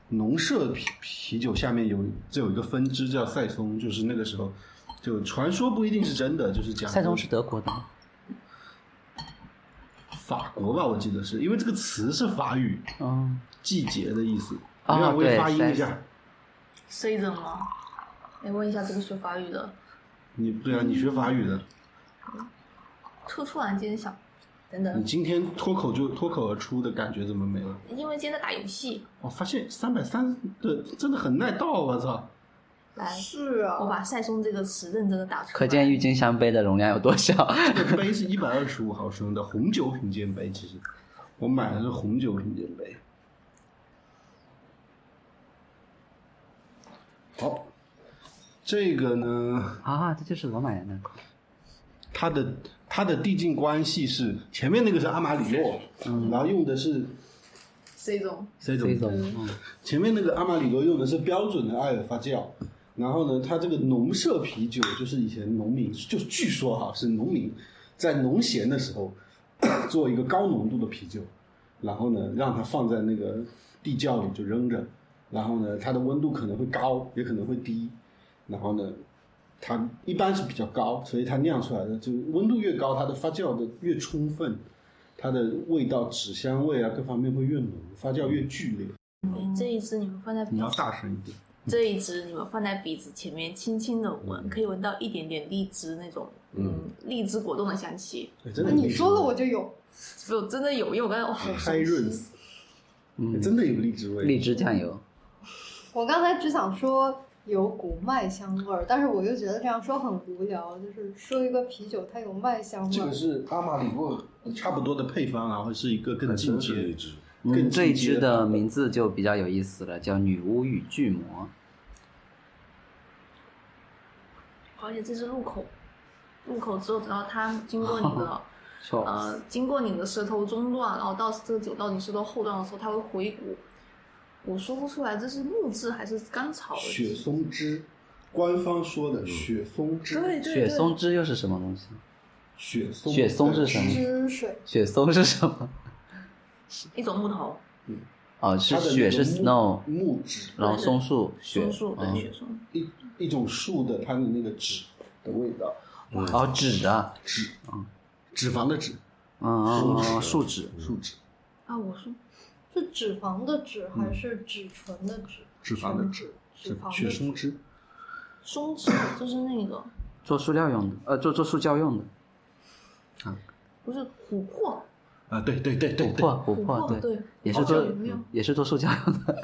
[SPEAKER 5] 农舍啤啤酒下面有这有一个分支叫赛松，就是那个时候就传说不一定是真的，就是讲
[SPEAKER 3] 赛松是德国的吗，
[SPEAKER 5] 法国吧，我记得是因为这个词是法语
[SPEAKER 3] 哦，
[SPEAKER 5] 季节的意思。
[SPEAKER 3] 哦
[SPEAKER 5] 你让我也
[SPEAKER 3] 对
[SPEAKER 5] 发音一
[SPEAKER 3] season
[SPEAKER 5] 下，
[SPEAKER 4] season 吗？来问一下这个学法语的，
[SPEAKER 5] 你对啊，你学法语的，
[SPEAKER 4] 突突然间想，等
[SPEAKER 5] 你
[SPEAKER 3] 嗯
[SPEAKER 4] 等，
[SPEAKER 5] 今天脱口就脱口而出的感觉怎么没了？
[SPEAKER 4] 因为今天在打游戏，
[SPEAKER 5] 我哦发现三百三的真的很耐倒，我操！
[SPEAKER 4] 来，
[SPEAKER 1] 是啊，
[SPEAKER 4] 我把“塞松”这个词认真的打出来。哎
[SPEAKER 3] 可见郁金香杯的容量有多小。
[SPEAKER 5] 这个杯是一百二十五毫升的红酒品鉴杯，其实我买的是红酒品鉴杯。好，这个呢，
[SPEAKER 3] 啊，这就是我买的那款。
[SPEAKER 5] 它的它的递进关系是前面那个是阿玛里诺，然后用的是
[SPEAKER 4] season，
[SPEAKER 5] C 种
[SPEAKER 3] 这种，嗯
[SPEAKER 5] 前面那个阿玛里诺用的是标准的阿尔法酵，然后呢，它这个农舍啤酒就是以前农民，就据说哈是农民在农闲的时候 做一个高浓度的啤酒，然后呢让它放在那个地窖里就扔着，然后呢它的温度可能会高，也可能会低，然后呢它一般是比较高，所以它酿出来的就温度越高，它的发酵的越充分。它的味道、纸香味啊，各方面会越浓，发酵越剧烈。
[SPEAKER 4] 对这一支你们放在
[SPEAKER 5] 你要大声一点。
[SPEAKER 4] 这一支你们放在鼻子前面，轻轻的闻，可以闻到一点点荔枝那种，嗯，荔枝果冻的香气。
[SPEAKER 5] 哎真
[SPEAKER 1] 那
[SPEAKER 5] 的，
[SPEAKER 1] 啊你说了我就有，
[SPEAKER 4] 只有真的有，因为我刚才哇，哦好
[SPEAKER 5] 嗨润死，哎
[SPEAKER 3] 嗯，
[SPEAKER 5] 真的有荔枝味。
[SPEAKER 3] 荔枝酱油，
[SPEAKER 1] 我刚才只想说有股麦香味儿，但是我又觉得这样说很无聊，就是说一个啤酒它有麦香味
[SPEAKER 5] 这
[SPEAKER 1] 儿
[SPEAKER 5] 个，是阿玛里诺差不多的配方，然后是一个更
[SPEAKER 2] 还
[SPEAKER 5] 进
[SPEAKER 2] 真是
[SPEAKER 5] 阶
[SPEAKER 2] 荔、枝。
[SPEAKER 5] 更
[SPEAKER 3] 嗯，这一
[SPEAKER 5] 进阶
[SPEAKER 3] 支的名字就比较有意思了，叫女巫与巨魔。
[SPEAKER 4] 而且这是入口，入口之后，等到它经过你的
[SPEAKER 5] 哦
[SPEAKER 3] 错，
[SPEAKER 4] 呃，经过你的舌头中段，然后到这个酒到你舌头后段的时候，它会回骨。我说不出来这是木质还是甘草的。
[SPEAKER 5] 雪松汁，官方说
[SPEAKER 3] 嗯
[SPEAKER 5] 的雪松汁。
[SPEAKER 4] 对对对，
[SPEAKER 3] 雪松枝又是什么东西？
[SPEAKER 5] 雪松
[SPEAKER 3] 雪松是什么
[SPEAKER 1] 汁水。
[SPEAKER 3] 雪松是什么？
[SPEAKER 4] 一种木头，
[SPEAKER 3] 哦，
[SPEAKER 5] 它
[SPEAKER 3] 是
[SPEAKER 5] 的那个
[SPEAKER 3] 雪
[SPEAKER 5] 木
[SPEAKER 3] 是 snow，
[SPEAKER 5] 木质，
[SPEAKER 3] 然后松树雪
[SPEAKER 4] 松树对
[SPEAKER 3] 嗯
[SPEAKER 4] 雪松。
[SPEAKER 5] 一一种树的它的那个脂的味道，
[SPEAKER 3] 哦纸啊，
[SPEAKER 5] 脂，脂肪的脂，
[SPEAKER 3] 嗯嗯嗯，树脂，
[SPEAKER 5] 树脂，
[SPEAKER 4] 啊，我说
[SPEAKER 1] 是脂肪的脂还是脂醇的脂？
[SPEAKER 5] 嗯脂肪的
[SPEAKER 1] 脂，脂肪
[SPEAKER 5] 雪
[SPEAKER 1] 的
[SPEAKER 5] 松
[SPEAKER 1] 脂。
[SPEAKER 5] 汁。
[SPEAKER 4] 松脂就是那个
[SPEAKER 3] 做塑料用的，呃，做做塑胶用的，
[SPEAKER 4] 不是琥珀，
[SPEAKER 5] 啊，对对对对
[SPEAKER 3] 琥
[SPEAKER 5] 对，
[SPEAKER 3] 珀琥
[SPEAKER 4] 琥
[SPEAKER 3] 珀
[SPEAKER 4] 珀
[SPEAKER 3] 对，
[SPEAKER 4] 对，
[SPEAKER 3] 也是嗯
[SPEAKER 4] 好
[SPEAKER 3] 做
[SPEAKER 4] 像有没有
[SPEAKER 3] 也是做塑胶用的，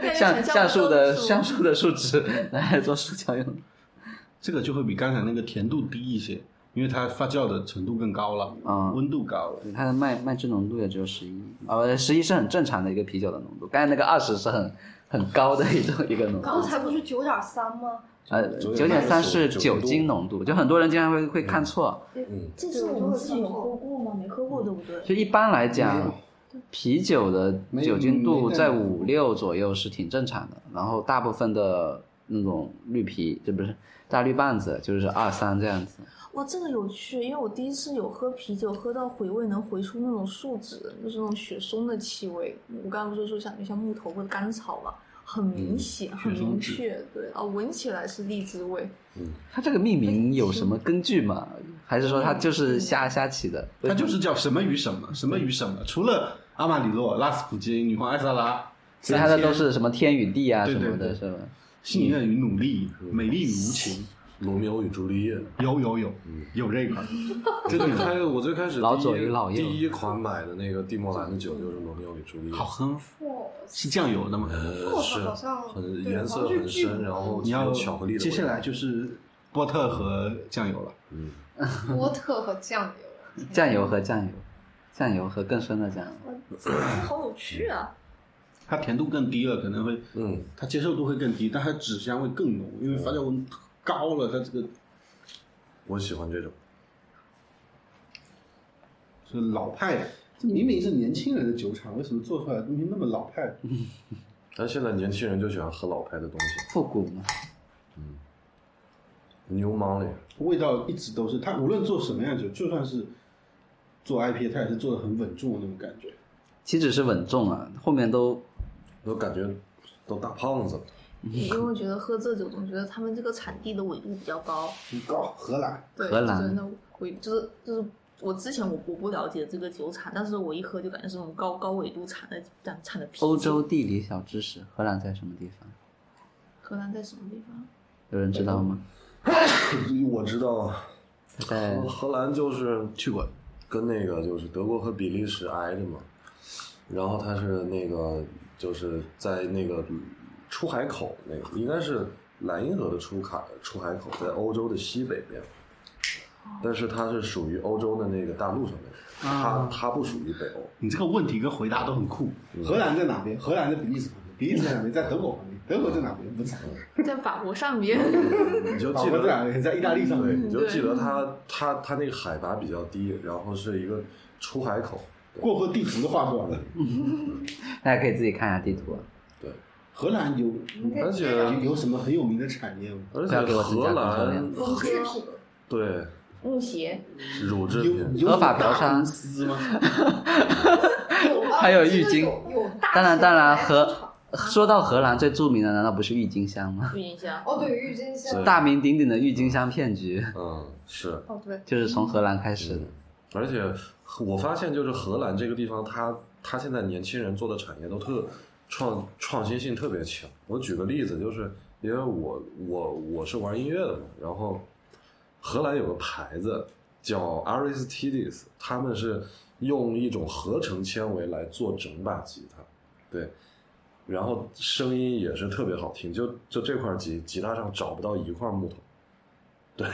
[SPEAKER 4] 对
[SPEAKER 3] 像
[SPEAKER 4] 很
[SPEAKER 3] 橡树的
[SPEAKER 4] 树
[SPEAKER 3] 橡树的树脂 拿来做塑胶用的。
[SPEAKER 5] 这个就会比刚才那个甜度低一些，因为它发酵的程度更高了，
[SPEAKER 2] 啊
[SPEAKER 3] 嗯
[SPEAKER 5] 温度高了。
[SPEAKER 3] 对它的麦麦汁浓度也只有十一，呃，十一是很正常的一个啤酒的浓度，刚才那个二十是很很高的一种一个浓
[SPEAKER 1] 刚
[SPEAKER 3] 度，
[SPEAKER 1] 才不是九点三吗？
[SPEAKER 3] 呃，
[SPEAKER 2] 九
[SPEAKER 3] 九点三是
[SPEAKER 2] 九
[SPEAKER 3] 酒
[SPEAKER 2] 度
[SPEAKER 3] 精浓度，就很多人经常会会
[SPEAKER 5] 嗯
[SPEAKER 3] 看错，
[SPEAKER 4] 这是我们之前有喝过吗？没喝过，对不对？
[SPEAKER 3] 就一般来讲，啤酒的
[SPEAKER 5] 没
[SPEAKER 3] 酒精度
[SPEAKER 5] 没
[SPEAKER 3] 在
[SPEAKER 5] 带过
[SPEAKER 3] 五六左右是挺正常的，然后大部分的那种绿啤，这不是大绿棒子，就是二三这样子。
[SPEAKER 4] 哇，这个有趣，因为我第一次有喝啤酒，喝到回味能回出那种树脂，就是那种雪松的气味。我刚刚不是说想像木头或者甘草嘛，很明显，很
[SPEAKER 5] 雪松
[SPEAKER 4] 明
[SPEAKER 5] 脂
[SPEAKER 4] 确，对啊，闻起来是荔枝味。
[SPEAKER 3] 它这个命名有什么根据吗？还是说它就是瞎瞎起的？
[SPEAKER 5] 它就是叫什么与什么，什么与什么，除了阿玛里诺、拉斯普京、女皇艾萨拉，
[SPEAKER 3] 其他的
[SPEAKER 5] 三千
[SPEAKER 3] 都是什么天与地啊
[SPEAKER 5] 对
[SPEAKER 3] 什
[SPEAKER 5] 对
[SPEAKER 3] 么的，
[SPEAKER 5] 对
[SPEAKER 3] 是吧？
[SPEAKER 5] 信任与努力、
[SPEAKER 2] 嗯
[SPEAKER 5] 美丽与无情，
[SPEAKER 2] 罗密欧与朱丽叶，
[SPEAKER 5] 有有有
[SPEAKER 2] 嗯
[SPEAKER 5] 有这 款，
[SPEAKER 2] 真的开我最开始
[SPEAKER 3] 老
[SPEAKER 2] 第一
[SPEAKER 3] 左与老右
[SPEAKER 2] 第一款买的那个蒂莫兰的酒就是罗密欧与朱丽叶，
[SPEAKER 5] 好喝，
[SPEAKER 1] 哇，
[SPEAKER 5] 是酱油的吗？
[SPEAKER 2] 呃
[SPEAKER 1] 色
[SPEAKER 2] 是
[SPEAKER 1] 嗯好像
[SPEAKER 2] 很
[SPEAKER 1] 对
[SPEAKER 2] 颜
[SPEAKER 1] 好
[SPEAKER 2] 色
[SPEAKER 1] 像是
[SPEAKER 2] 很
[SPEAKER 1] 巨
[SPEAKER 2] 深，
[SPEAKER 1] 乳
[SPEAKER 2] 然后
[SPEAKER 5] 你要
[SPEAKER 2] 有巧克力的味
[SPEAKER 5] 接
[SPEAKER 2] 道。
[SPEAKER 5] 下来就是波特和酱油了，
[SPEAKER 1] 波特和酱油，
[SPEAKER 3] 酱油和酱油，酱油和更深的酱油。
[SPEAKER 4] 好有趣啊！
[SPEAKER 5] 它甜度更低了，可能会
[SPEAKER 2] 嗯，
[SPEAKER 5] 它接受度会更低，但它脂香味更浓，因为发酵温度高了，它这个
[SPEAKER 2] 我喜欢这种。
[SPEAKER 5] 是老派。这明明是年轻人的酒厂，为什么做出来的东西那么老派？
[SPEAKER 2] 但现在年轻人就喜欢喝老牌的东西，
[SPEAKER 3] 复古嘛，
[SPEAKER 2] 牛氓嘞，
[SPEAKER 5] 味道一直都是它，无论做什么样的酒，就算是做 IPA，它也是做的很稳重的那种感觉。
[SPEAKER 3] 岂止是稳重啊，后面都
[SPEAKER 2] 我感觉都大胖子了。
[SPEAKER 4] 你就会觉得喝这酒，总觉得他们这个产地的纬度比较高，
[SPEAKER 5] 很高，荷兰
[SPEAKER 4] 对，
[SPEAKER 3] 荷兰
[SPEAKER 4] 就是那纬，就是就是我之前我我不了解这个酒厂，但是我一喝就感觉是那种高高纬度产的产产的啤酒。
[SPEAKER 3] 欧洲地理小知识，荷兰在什么地方？
[SPEAKER 4] 荷兰在什么地方？
[SPEAKER 3] 有人知道吗？
[SPEAKER 2] 我知道啊，
[SPEAKER 3] 它在
[SPEAKER 5] 嗯
[SPEAKER 2] 荷荷兰就是去过，跟那个就是德国和比利时挨着嘛，然后它是那个就是在那个出海口那个，应该是莱茵河的出海出海口，在欧洲的西北边，
[SPEAKER 5] 哦
[SPEAKER 2] 但是它是属于欧洲的那个大陆上面，
[SPEAKER 5] 啊
[SPEAKER 2] 它它不属于北 欧。
[SPEAKER 5] 你这个问题跟回答都很酷。荷兰在哪边？荷兰在比利时旁边，比利时在哪边？在德国旁边，德国在哪边？不知道。
[SPEAKER 4] 在法国上面，
[SPEAKER 2] 你就
[SPEAKER 5] 法
[SPEAKER 2] 记
[SPEAKER 5] 国嗯在哪
[SPEAKER 2] 得，
[SPEAKER 5] 边？在意大利上
[SPEAKER 2] 对，
[SPEAKER 5] 面。
[SPEAKER 2] 你就记得它它它那个海拔比较低，然后是一个出海口，
[SPEAKER 5] 过河地图都画出来了。
[SPEAKER 3] 大家可以自己看一下地图。啊
[SPEAKER 2] 对。
[SPEAKER 5] 荷兰有
[SPEAKER 2] 而且
[SPEAKER 5] 有什么很有名的产业吗？
[SPEAKER 2] 而
[SPEAKER 3] 不要
[SPEAKER 2] 且
[SPEAKER 3] 给我增加
[SPEAKER 2] 荷
[SPEAKER 3] 工作量
[SPEAKER 2] 兰
[SPEAKER 1] 工制
[SPEAKER 5] 啊
[SPEAKER 1] 品，
[SPEAKER 2] 对
[SPEAKER 4] 木鞋，
[SPEAKER 2] 乳制
[SPEAKER 5] 有
[SPEAKER 2] 品，
[SPEAKER 5] 有
[SPEAKER 3] 合法嫖
[SPEAKER 5] 大
[SPEAKER 3] 娼
[SPEAKER 5] 公司 吗？
[SPEAKER 1] 有啊
[SPEAKER 3] 还有
[SPEAKER 1] 我记
[SPEAKER 3] 浴
[SPEAKER 1] 得
[SPEAKER 3] 巾
[SPEAKER 1] 有有大
[SPEAKER 3] 当然，当然，
[SPEAKER 1] 型的
[SPEAKER 3] 荷说到荷兰最著名的，难道不是郁金香吗？
[SPEAKER 4] 不影 响。
[SPEAKER 1] 哦，对，郁金香
[SPEAKER 2] 对，
[SPEAKER 3] 大名鼎鼎的郁金香骗局，
[SPEAKER 2] 嗯，是，
[SPEAKER 1] 哦对，
[SPEAKER 3] 就是从荷兰开始的
[SPEAKER 2] 嗯。而且我发现就是荷兰这个地方，它它现在年轻人做的产业都特创创新性特别强。我举个例子，就是因为我我我是玩音乐的嘛，然后荷兰有个牌子叫 Aristides，他们是用一种合成纤维来做整把吉他，对。然后声音也是特别好听，就就这块吉吉他上找不到一块木头，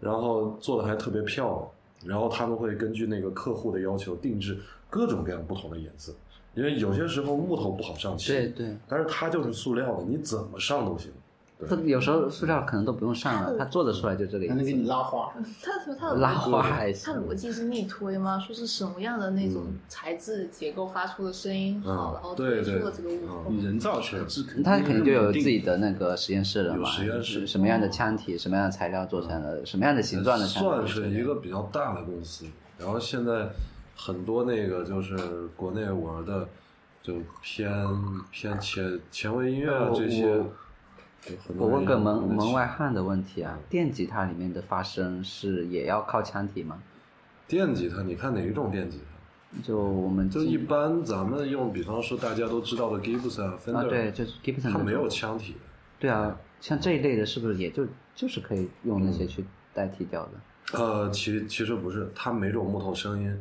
[SPEAKER 2] 然后做的还特别漂亮。然后他们会根据那个客户的要求定制各种各样不同的颜色，因为有些时候木头不好上漆，
[SPEAKER 3] 对对，
[SPEAKER 2] 但是它就是塑料的，你怎么上都行。对
[SPEAKER 3] 它有时候塑料可能都不用上了，它做得出来就这个
[SPEAKER 5] 还能给
[SPEAKER 3] 样
[SPEAKER 5] 你
[SPEAKER 3] 子。
[SPEAKER 5] 拉花，
[SPEAKER 4] 他说他的
[SPEAKER 3] 拉花还
[SPEAKER 4] 他
[SPEAKER 3] 行，
[SPEAKER 4] 逻辑是逆推吗？说是什么样的那种
[SPEAKER 2] 嗯
[SPEAKER 4] 材质结构发出的声音好，
[SPEAKER 2] 嗯
[SPEAKER 4] 然后推
[SPEAKER 2] 对
[SPEAKER 4] 出
[SPEAKER 2] 对
[SPEAKER 4] 了这个舞
[SPEAKER 2] 嗯
[SPEAKER 5] 你
[SPEAKER 4] 风。
[SPEAKER 5] 人造嗯设置，
[SPEAKER 3] 它肯定就有自己的那个实验室了
[SPEAKER 2] 有
[SPEAKER 3] 嘛，
[SPEAKER 2] 实验室
[SPEAKER 3] 什么样的腔体，什么样的材料做成的，什么样的形状的腔体，
[SPEAKER 2] 呃算是一个比较大的公司。然后现在很多那个就是国内玩的，就偏偏前前卫音乐啊
[SPEAKER 3] 呃
[SPEAKER 2] 这些
[SPEAKER 3] 我。
[SPEAKER 2] 有很多
[SPEAKER 3] 我问个
[SPEAKER 2] 人
[SPEAKER 3] 门
[SPEAKER 2] 玩得
[SPEAKER 3] 门
[SPEAKER 2] 起
[SPEAKER 3] 外汉的问题啊，电吉他里面的发声是也要靠腔体吗？
[SPEAKER 2] 电吉他，你看哪一种电吉他？
[SPEAKER 3] 就我们
[SPEAKER 2] 就一般咱们用，比方说大家都知道的 Gibson 啊、
[SPEAKER 3] 啊，
[SPEAKER 2] Fender，
[SPEAKER 3] 对，就是 Gibson
[SPEAKER 2] 它
[SPEAKER 3] 的
[SPEAKER 2] 没
[SPEAKER 3] 这
[SPEAKER 2] 有
[SPEAKER 3] 种
[SPEAKER 2] 腔体的。
[SPEAKER 3] 对啊，像这一类的，是不是也就就是可以用那
[SPEAKER 2] 嗯
[SPEAKER 3] 些去代替掉的？
[SPEAKER 2] 呃，其其实不是，它每种木头声音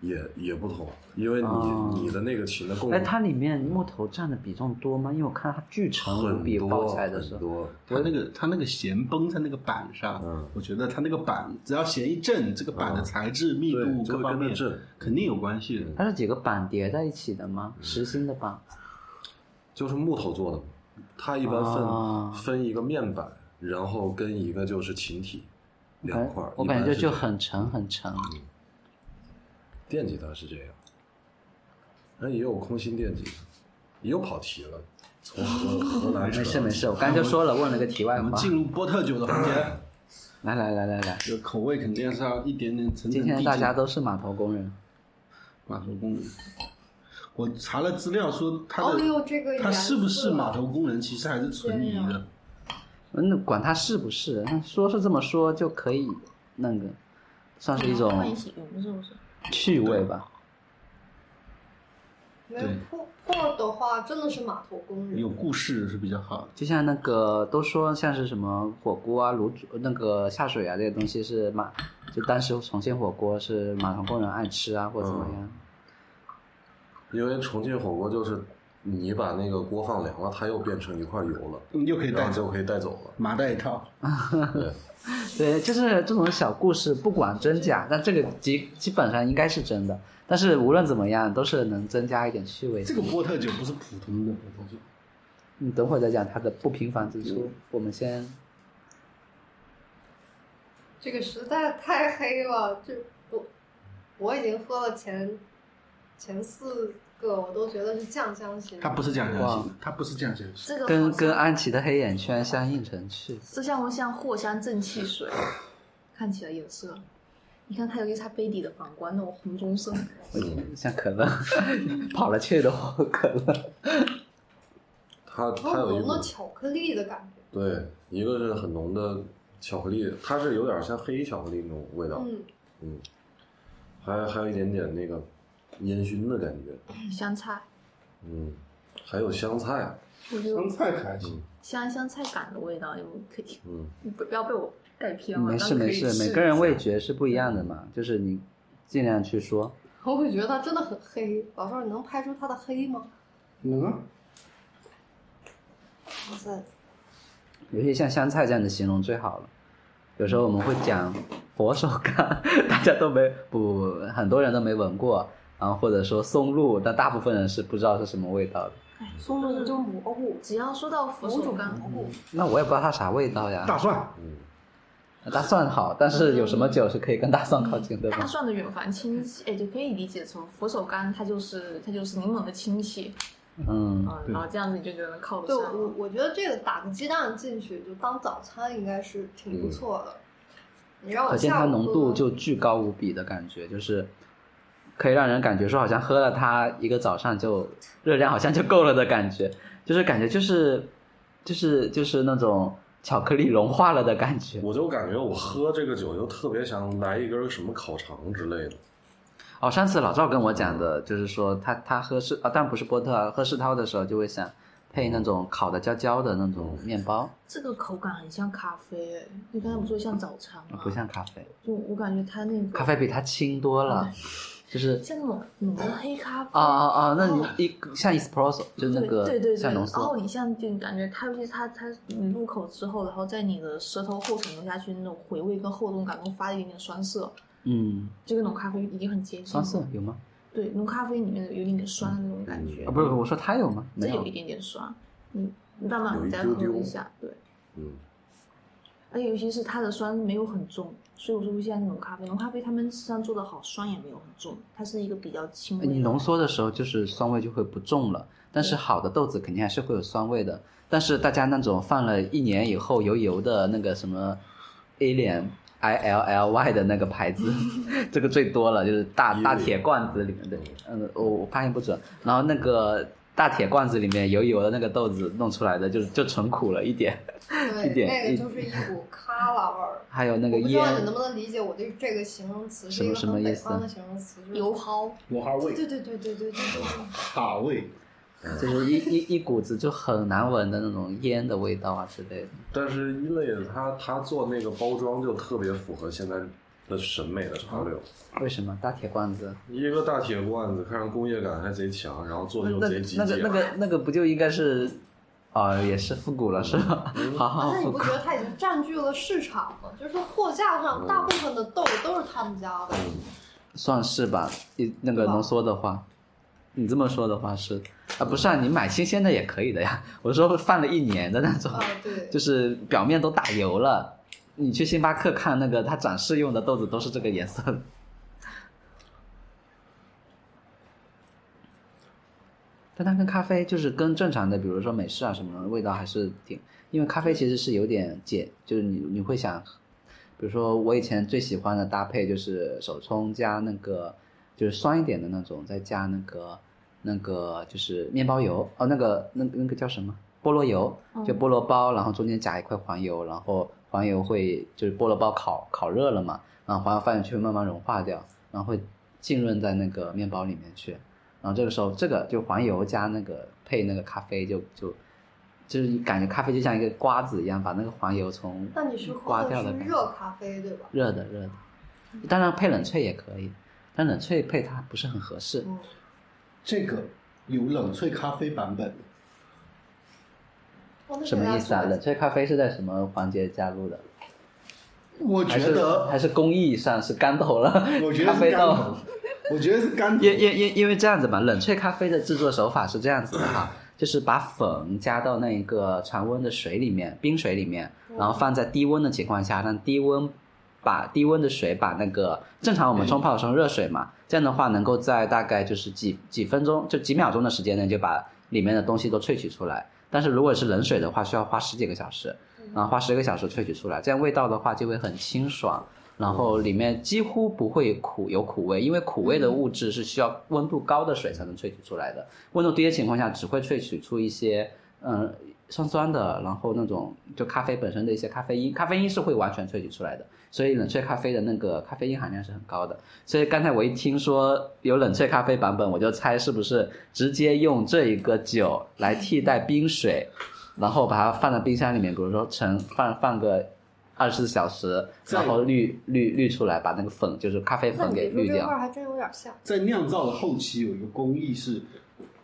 [SPEAKER 2] 也也不同，因为你、
[SPEAKER 3] 哦
[SPEAKER 2] 你的那个琴的共
[SPEAKER 3] 哎，它里面木头占的比重多吗？因为我看它巨长无
[SPEAKER 2] 很
[SPEAKER 3] 比包
[SPEAKER 2] 多
[SPEAKER 3] 材的时
[SPEAKER 2] 很
[SPEAKER 3] 候，
[SPEAKER 2] 多，
[SPEAKER 5] 它那个它那个弦绷在那个板上，
[SPEAKER 2] 嗯
[SPEAKER 5] 我觉得它那个板只要弦一震，这个板的
[SPEAKER 2] 嗯
[SPEAKER 5] 材质、密
[SPEAKER 2] 对
[SPEAKER 5] 度
[SPEAKER 2] 就
[SPEAKER 5] 各
[SPEAKER 2] 会
[SPEAKER 5] 方
[SPEAKER 2] 跟着
[SPEAKER 5] 面
[SPEAKER 2] 震
[SPEAKER 5] 肯定有关系的。
[SPEAKER 3] 它是几个板叠在一起的吗？实心的板？
[SPEAKER 2] 就是木头做的嘛，它一般分、
[SPEAKER 3] 啊
[SPEAKER 2] 分一个面板，然后跟一个就是琴体两块儿，
[SPEAKER 3] 我
[SPEAKER 2] 一
[SPEAKER 3] 感
[SPEAKER 2] 般
[SPEAKER 3] 觉
[SPEAKER 2] 是
[SPEAKER 3] 就
[SPEAKER 2] 这样
[SPEAKER 3] 很沉很沉。
[SPEAKER 2] 电吉他是这样，但也有空心电吉他，也有跑题了，从荷荷兰
[SPEAKER 3] 哦
[SPEAKER 2] 扯
[SPEAKER 3] 没事没事，我刚才就说了，问了个题外
[SPEAKER 5] 我们
[SPEAKER 3] 话。
[SPEAKER 5] 进入波特酒的环节，
[SPEAKER 3] 嗯来来来来来，
[SPEAKER 5] 这个口味肯定是要一点点层层递
[SPEAKER 3] 今
[SPEAKER 5] 进。
[SPEAKER 3] 天大家都是码头工人，
[SPEAKER 5] 码头工人，我查了资料说它
[SPEAKER 1] 哦
[SPEAKER 5] 的
[SPEAKER 1] 有这个
[SPEAKER 5] 它是不是
[SPEAKER 1] 颜色
[SPEAKER 5] 码头工人，其实还是存疑
[SPEAKER 1] 对
[SPEAKER 5] 的
[SPEAKER 1] 啊。
[SPEAKER 3] 嗯那管他是不是，那说是这么说就可以，那个算是一种
[SPEAKER 4] 嗯换一起用是不是？
[SPEAKER 3] 趣味吧。
[SPEAKER 1] 没有破破的话，真的是码头工人
[SPEAKER 5] 有。故事是比较好的。
[SPEAKER 3] 就像那个都说像是什么火锅啊、卤煮那个下水啊这些东西是马，就当时重庆火锅是码头工人爱吃啊，或者怎么样。
[SPEAKER 2] 因为重庆火锅就是你把那个锅放凉了，它又变成一块油了，
[SPEAKER 5] 嗯又可以
[SPEAKER 2] 然
[SPEAKER 5] 带
[SPEAKER 2] 后就
[SPEAKER 5] 走
[SPEAKER 2] 可以带走了。
[SPEAKER 5] 麻袋一套，
[SPEAKER 2] 对，
[SPEAKER 3] 对，就是这种小故事，不管真假，但这个基基本上应该是真的。但是无论怎么样，都是能增加一点趣味。
[SPEAKER 5] 这个波特酒不是普通的波特酒，
[SPEAKER 3] 你嗯等会儿再讲它的不平凡之处。我们先
[SPEAKER 1] 这个实在太黑了，这我我已经喝了前前四个，我都觉得是酱香型。
[SPEAKER 5] 它不是酱香
[SPEAKER 3] 哇
[SPEAKER 5] 型，它不是酱香型。
[SPEAKER 4] 这个
[SPEAKER 3] 跟
[SPEAKER 4] 好像
[SPEAKER 3] 跟安琪的黑眼圈相映成趣。
[SPEAKER 4] 这像不像藿香正气水？看起来颜色，你看它有一个它杯底的反光，那种红中色。
[SPEAKER 3] 像可乐 跑了去的可乐，
[SPEAKER 5] 哦
[SPEAKER 2] 它它
[SPEAKER 1] 很
[SPEAKER 2] 有一
[SPEAKER 1] 浓
[SPEAKER 2] 股
[SPEAKER 1] 的巧克力的感觉。
[SPEAKER 2] 对，一个是很浓的巧克力，它是有点像黑巧克力那种味道，
[SPEAKER 1] 嗯，
[SPEAKER 2] 嗯，还还有一点点那个烟熏的感觉，
[SPEAKER 4] 香菜，
[SPEAKER 2] 嗯，还有香菜，啊
[SPEAKER 4] 我觉
[SPEAKER 5] 香
[SPEAKER 4] 得
[SPEAKER 5] 菜还行，
[SPEAKER 4] 香香菜杆的味道，你们可以，
[SPEAKER 2] 嗯，
[SPEAKER 4] 你不不要被我带偏了。
[SPEAKER 3] 没事
[SPEAKER 4] 但是可
[SPEAKER 3] 没
[SPEAKER 4] 以
[SPEAKER 3] 事，每
[SPEAKER 4] 试
[SPEAKER 3] 个人
[SPEAKER 4] 一下嗯
[SPEAKER 3] 味觉是不一样的嘛，就是你尽量去说。
[SPEAKER 1] 我会觉得它真的很黑。老师，你能拍出它的黑吗？
[SPEAKER 5] 能啊，
[SPEAKER 1] 哇塞，
[SPEAKER 3] 尤其像香菜这样的形容最好了。有时候我们会讲佛手柑， 大家都没不不不，很多人都没闻过，然后或者说松露，但大部分人是不知道是什么味道的。
[SPEAKER 1] 松露就蘑菇，
[SPEAKER 4] 只要说到佛
[SPEAKER 1] 某
[SPEAKER 4] 手
[SPEAKER 1] 种
[SPEAKER 4] 柑，
[SPEAKER 1] 蘑菇。
[SPEAKER 3] 那我也不知道它啥味道呀。
[SPEAKER 5] 大蒜，
[SPEAKER 2] 嗯，
[SPEAKER 3] 大蒜好，但是有什么酒是可以跟大蒜靠近的吗
[SPEAKER 4] 大？蒜的远房亲戚，哎，就可以理解成佛手柑，它就是它就是柠檬的亲戚，
[SPEAKER 3] 嗯，
[SPEAKER 4] 嗯，然后这样子你就觉得能靠得
[SPEAKER 1] 对
[SPEAKER 4] 上。
[SPEAKER 1] 我，我觉得这个打个鸡蛋进去就当早餐应该是挺不错的。你让
[SPEAKER 3] 嗯可
[SPEAKER 1] 我
[SPEAKER 3] 见
[SPEAKER 1] 下
[SPEAKER 3] 它
[SPEAKER 1] 午
[SPEAKER 3] 浓
[SPEAKER 1] 喝
[SPEAKER 3] 度就巨高无比的感觉，就是可以让人感觉说好像喝了它一个早上就热量好像就够了的感觉，就是感觉就是就是就是那种巧克力融化了的感觉。
[SPEAKER 2] 我就感觉我喝这个酒就特别想来一根什么烤肠之类的，
[SPEAKER 3] 哦，上次老赵跟我讲的，就是说他他喝世啊，但不是波特啊，喝世涛的时候就会想配那种烤的焦焦的那种面包，
[SPEAKER 4] 这个口感很像咖啡，哎，你刚才不说像早餐吗？
[SPEAKER 3] 不，像咖啡，
[SPEAKER 4] 就我感觉它那个
[SPEAKER 3] 咖啡比它轻多
[SPEAKER 4] 嗯
[SPEAKER 3] 了，就是
[SPEAKER 4] 像那种浓的黑咖啡
[SPEAKER 3] 哦哦哦，那你一像 espresso 就那个
[SPEAKER 4] 对对哦对，
[SPEAKER 3] 像浓
[SPEAKER 4] 然后
[SPEAKER 3] 缩，
[SPEAKER 4] 你像就感觉它，尤其是它它你入口之后，然后在你的舌头后层下去那种回味跟厚重感，跟发一点点酸涩，
[SPEAKER 3] 嗯，
[SPEAKER 4] 就跟浓咖啡已经很接近。
[SPEAKER 3] 酸涩？有吗？
[SPEAKER 4] 对，浓咖啡里面有一点点酸的那种感觉嗯
[SPEAKER 3] 啊，，不是，我说它有吗？
[SPEAKER 4] 这
[SPEAKER 3] 没
[SPEAKER 4] 有一点点酸，你你慢慢
[SPEAKER 2] 有一
[SPEAKER 4] 再
[SPEAKER 2] 丢
[SPEAKER 4] 喝
[SPEAKER 2] 丢
[SPEAKER 4] 一下，对。
[SPEAKER 2] 嗯，
[SPEAKER 4] 而且尤其是它的酸没有很重，所以我说不像浓咖啡，浓咖啡他们实际上做的好，酸也没有很重，它是一个比较轻微的。
[SPEAKER 3] 哎你浓缩的时候，就是酸味就会不重了。但是好的豆子肯定还是会有酸味的。但是大家那种放了一年以后油油的那个什么 Alien I L L Y 的那个牌子，这个最多了，就是大大铁罐子里面的，嗯，我我发现不准。然后那个大铁罐子里面油油的那个豆子弄出来的，就就纯苦了一点。一
[SPEAKER 1] 对，
[SPEAKER 3] 点
[SPEAKER 1] 那
[SPEAKER 3] 一
[SPEAKER 1] 个就是一股咖拉味儿。
[SPEAKER 3] 还 有那个
[SPEAKER 1] 我不知
[SPEAKER 3] 烟
[SPEAKER 1] 道你能不能理解我对这个形容词
[SPEAKER 3] 什
[SPEAKER 1] 是
[SPEAKER 3] 么
[SPEAKER 1] 一个很
[SPEAKER 3] 什么意
[SPEAKER 1] 北
[SPEAKER 3] 思
[SPEAKER 1] 方的形容词，就是
[SPEAKER 4] 油蒿，
[SPEAKER 5] 五花
[SPEAKER 1] 对
[SPEAKER 5] 味，
[SPEAKER 1] 对对对 对对对对，
[SPEAKER 5] 卡味，
[SPEAKER 3] 就是一一一股子就很难闻的那种烟的味道啊之类的。
[SPEAKER 2] 但是一类它它做那个包装就特别符合现在的审美的潮流，
[SPEAKER 3] 为什么大铁罐子？
[SPEAKER 2] 一个大铁罐子，看着工业感还贼强，然后做的又
[SPEAKER 3] 那
[SPEAKER 2] 贼
[SPEAKER 3] 个
[SPEAKER 2] 极
[SPEAKER 3] 那个
[SPEAKER 2] 简，
[SPEAKER 3] 那个那个不就应该是，啊、也是复古了是吧？好好
[SPEAKER 1] 但是
[SPEAKER 3] 复
[SPEAKER 1] 你不
[SPEAKER 3] 古
[SPEAKER 1] 觉。得它已经占据了市场吗？就是说货架
[SPEAKER 3] 嗯
[SPEAKER 1] 上大部分的豆都是他们家的，
[SPEAKER 3] 算是吧，一那个
[SPEAKER 1] 对吧
[SPEAKER 3] 浓缩的话，你这么说的话是，啊不是啊，你买新鲜的也可以的呀。我说放了一年的那种，
[SPEAKER 1] 啊对，
[SPEAKER 3] 就是表面都打油了。你去星巴克看那个它展示用的豆子都是这个颜色 的。但它跟咖啡就是跟正常的，比如说美式啊什么的味道还是挺，因为咖啡其实是有点解，就是你你会想，比如说我以前最喜欢的搭配就是手冲加那个就是酸一点的那种，再加那个那个就是面包油哦，那个那那个叫什么菠萝油，就菠萝包，然后中间夹一块黄油，然后黄油会就是菠萝包烤烤热了嘛，然后黄油放进去会慢慢融化掉，然后会浸润在那个面包里面去，然后这个时候这个就黄油加那个配那个咖啡就就就是感觉咖啡就像一个瓜子一样，把那个黄油从
[SPEAKER 1] 那你是
[SPEAKER 3] 刮
[SPEAKER 1] 喝
[SPEAKER 3] 掉
[SPEAKER 1] 的
[SPEAKER 3] 了
[SPEAKER 1] 是热咖啡对吧？
[SPEAKER 3] 热的热的，当然配冷萃也可以，但冷萃配它不是很合适。
[SPEAKER 1] 嗯，
[SPEAKER 5] 这个有冷萃咖啡版本，
[SPEAKER 1] 哇
[SPEAKER 3] 什么意思啊？冷？萃咖啡是在什么环节加入的？
[SPEAKER 5] 我
[SPEAKER 3] 还
[SPEAKER 5] 觉
[SPEAKER 3] 是
[SPEAKER 5] 得
[SPEAKER 3] 还是工艺上是干头了，
[SPEAKER 5] 我觉
[SPEAKER 3] 咖
[SPEAKER 5] 得是
[SPEAKER 3] 啡
[SPEAKER 5] 干
[SPEAKER 3] 豆
[SPEAKER 5] 头。，我觉得是干头
[SPEAKER 3] 因因因因为这样子吧，冷萃咖啡的制作手法是这样子的哈， 就是把粉加到那一个常温的水里面，冰水里面，然后放在低温的情况下，让低温把低温的水把那个正常我们冲泡的时候热水嘛，这样的话能够在大概就是几几分钟就几秒钟的时间内就把里面的东西都萃取出来。但是如果是冷水的话，需要花十几个小时，然后花十个小时萃取出来，这样味道的话就会很清爽。然后里面几乎不会苦，有苦味，因为苦味的物质是需要温度高的水才能萃取出来的，温度低的情况下只会萃取出一些嗯酸酸的，然后那种就咖啡本身的一些咖啡因，咖啡因是会完全萃取出来的，所以冷却咖啡的那个咖啡因含量是很高的。所以刚才我一听说有冷却咖啡版本，我就猜是不是直接用这一个酒来替代冰水，然后把它放在冰箱里面，比如说盛放放个二十四小时，
[SPEAKER 5] 再
[SPEAKER 3] 然后滤滤滤出来，把那个粉就是咖啡
[SPEAKER 1] 那
[SPEAKER 3] 粉
[SPEAKER 1] 你
[SPEAKER 3] 给
[SPEAKER 1] 别说
[SPEAKER 3] 滤
[SPEAKER 1] 这
[SPEAKER 3] 掉
[SPEAKER 1] 块。儿还真有点像。
[SPEAKER 5] 在酿造的后期有一个工艺是，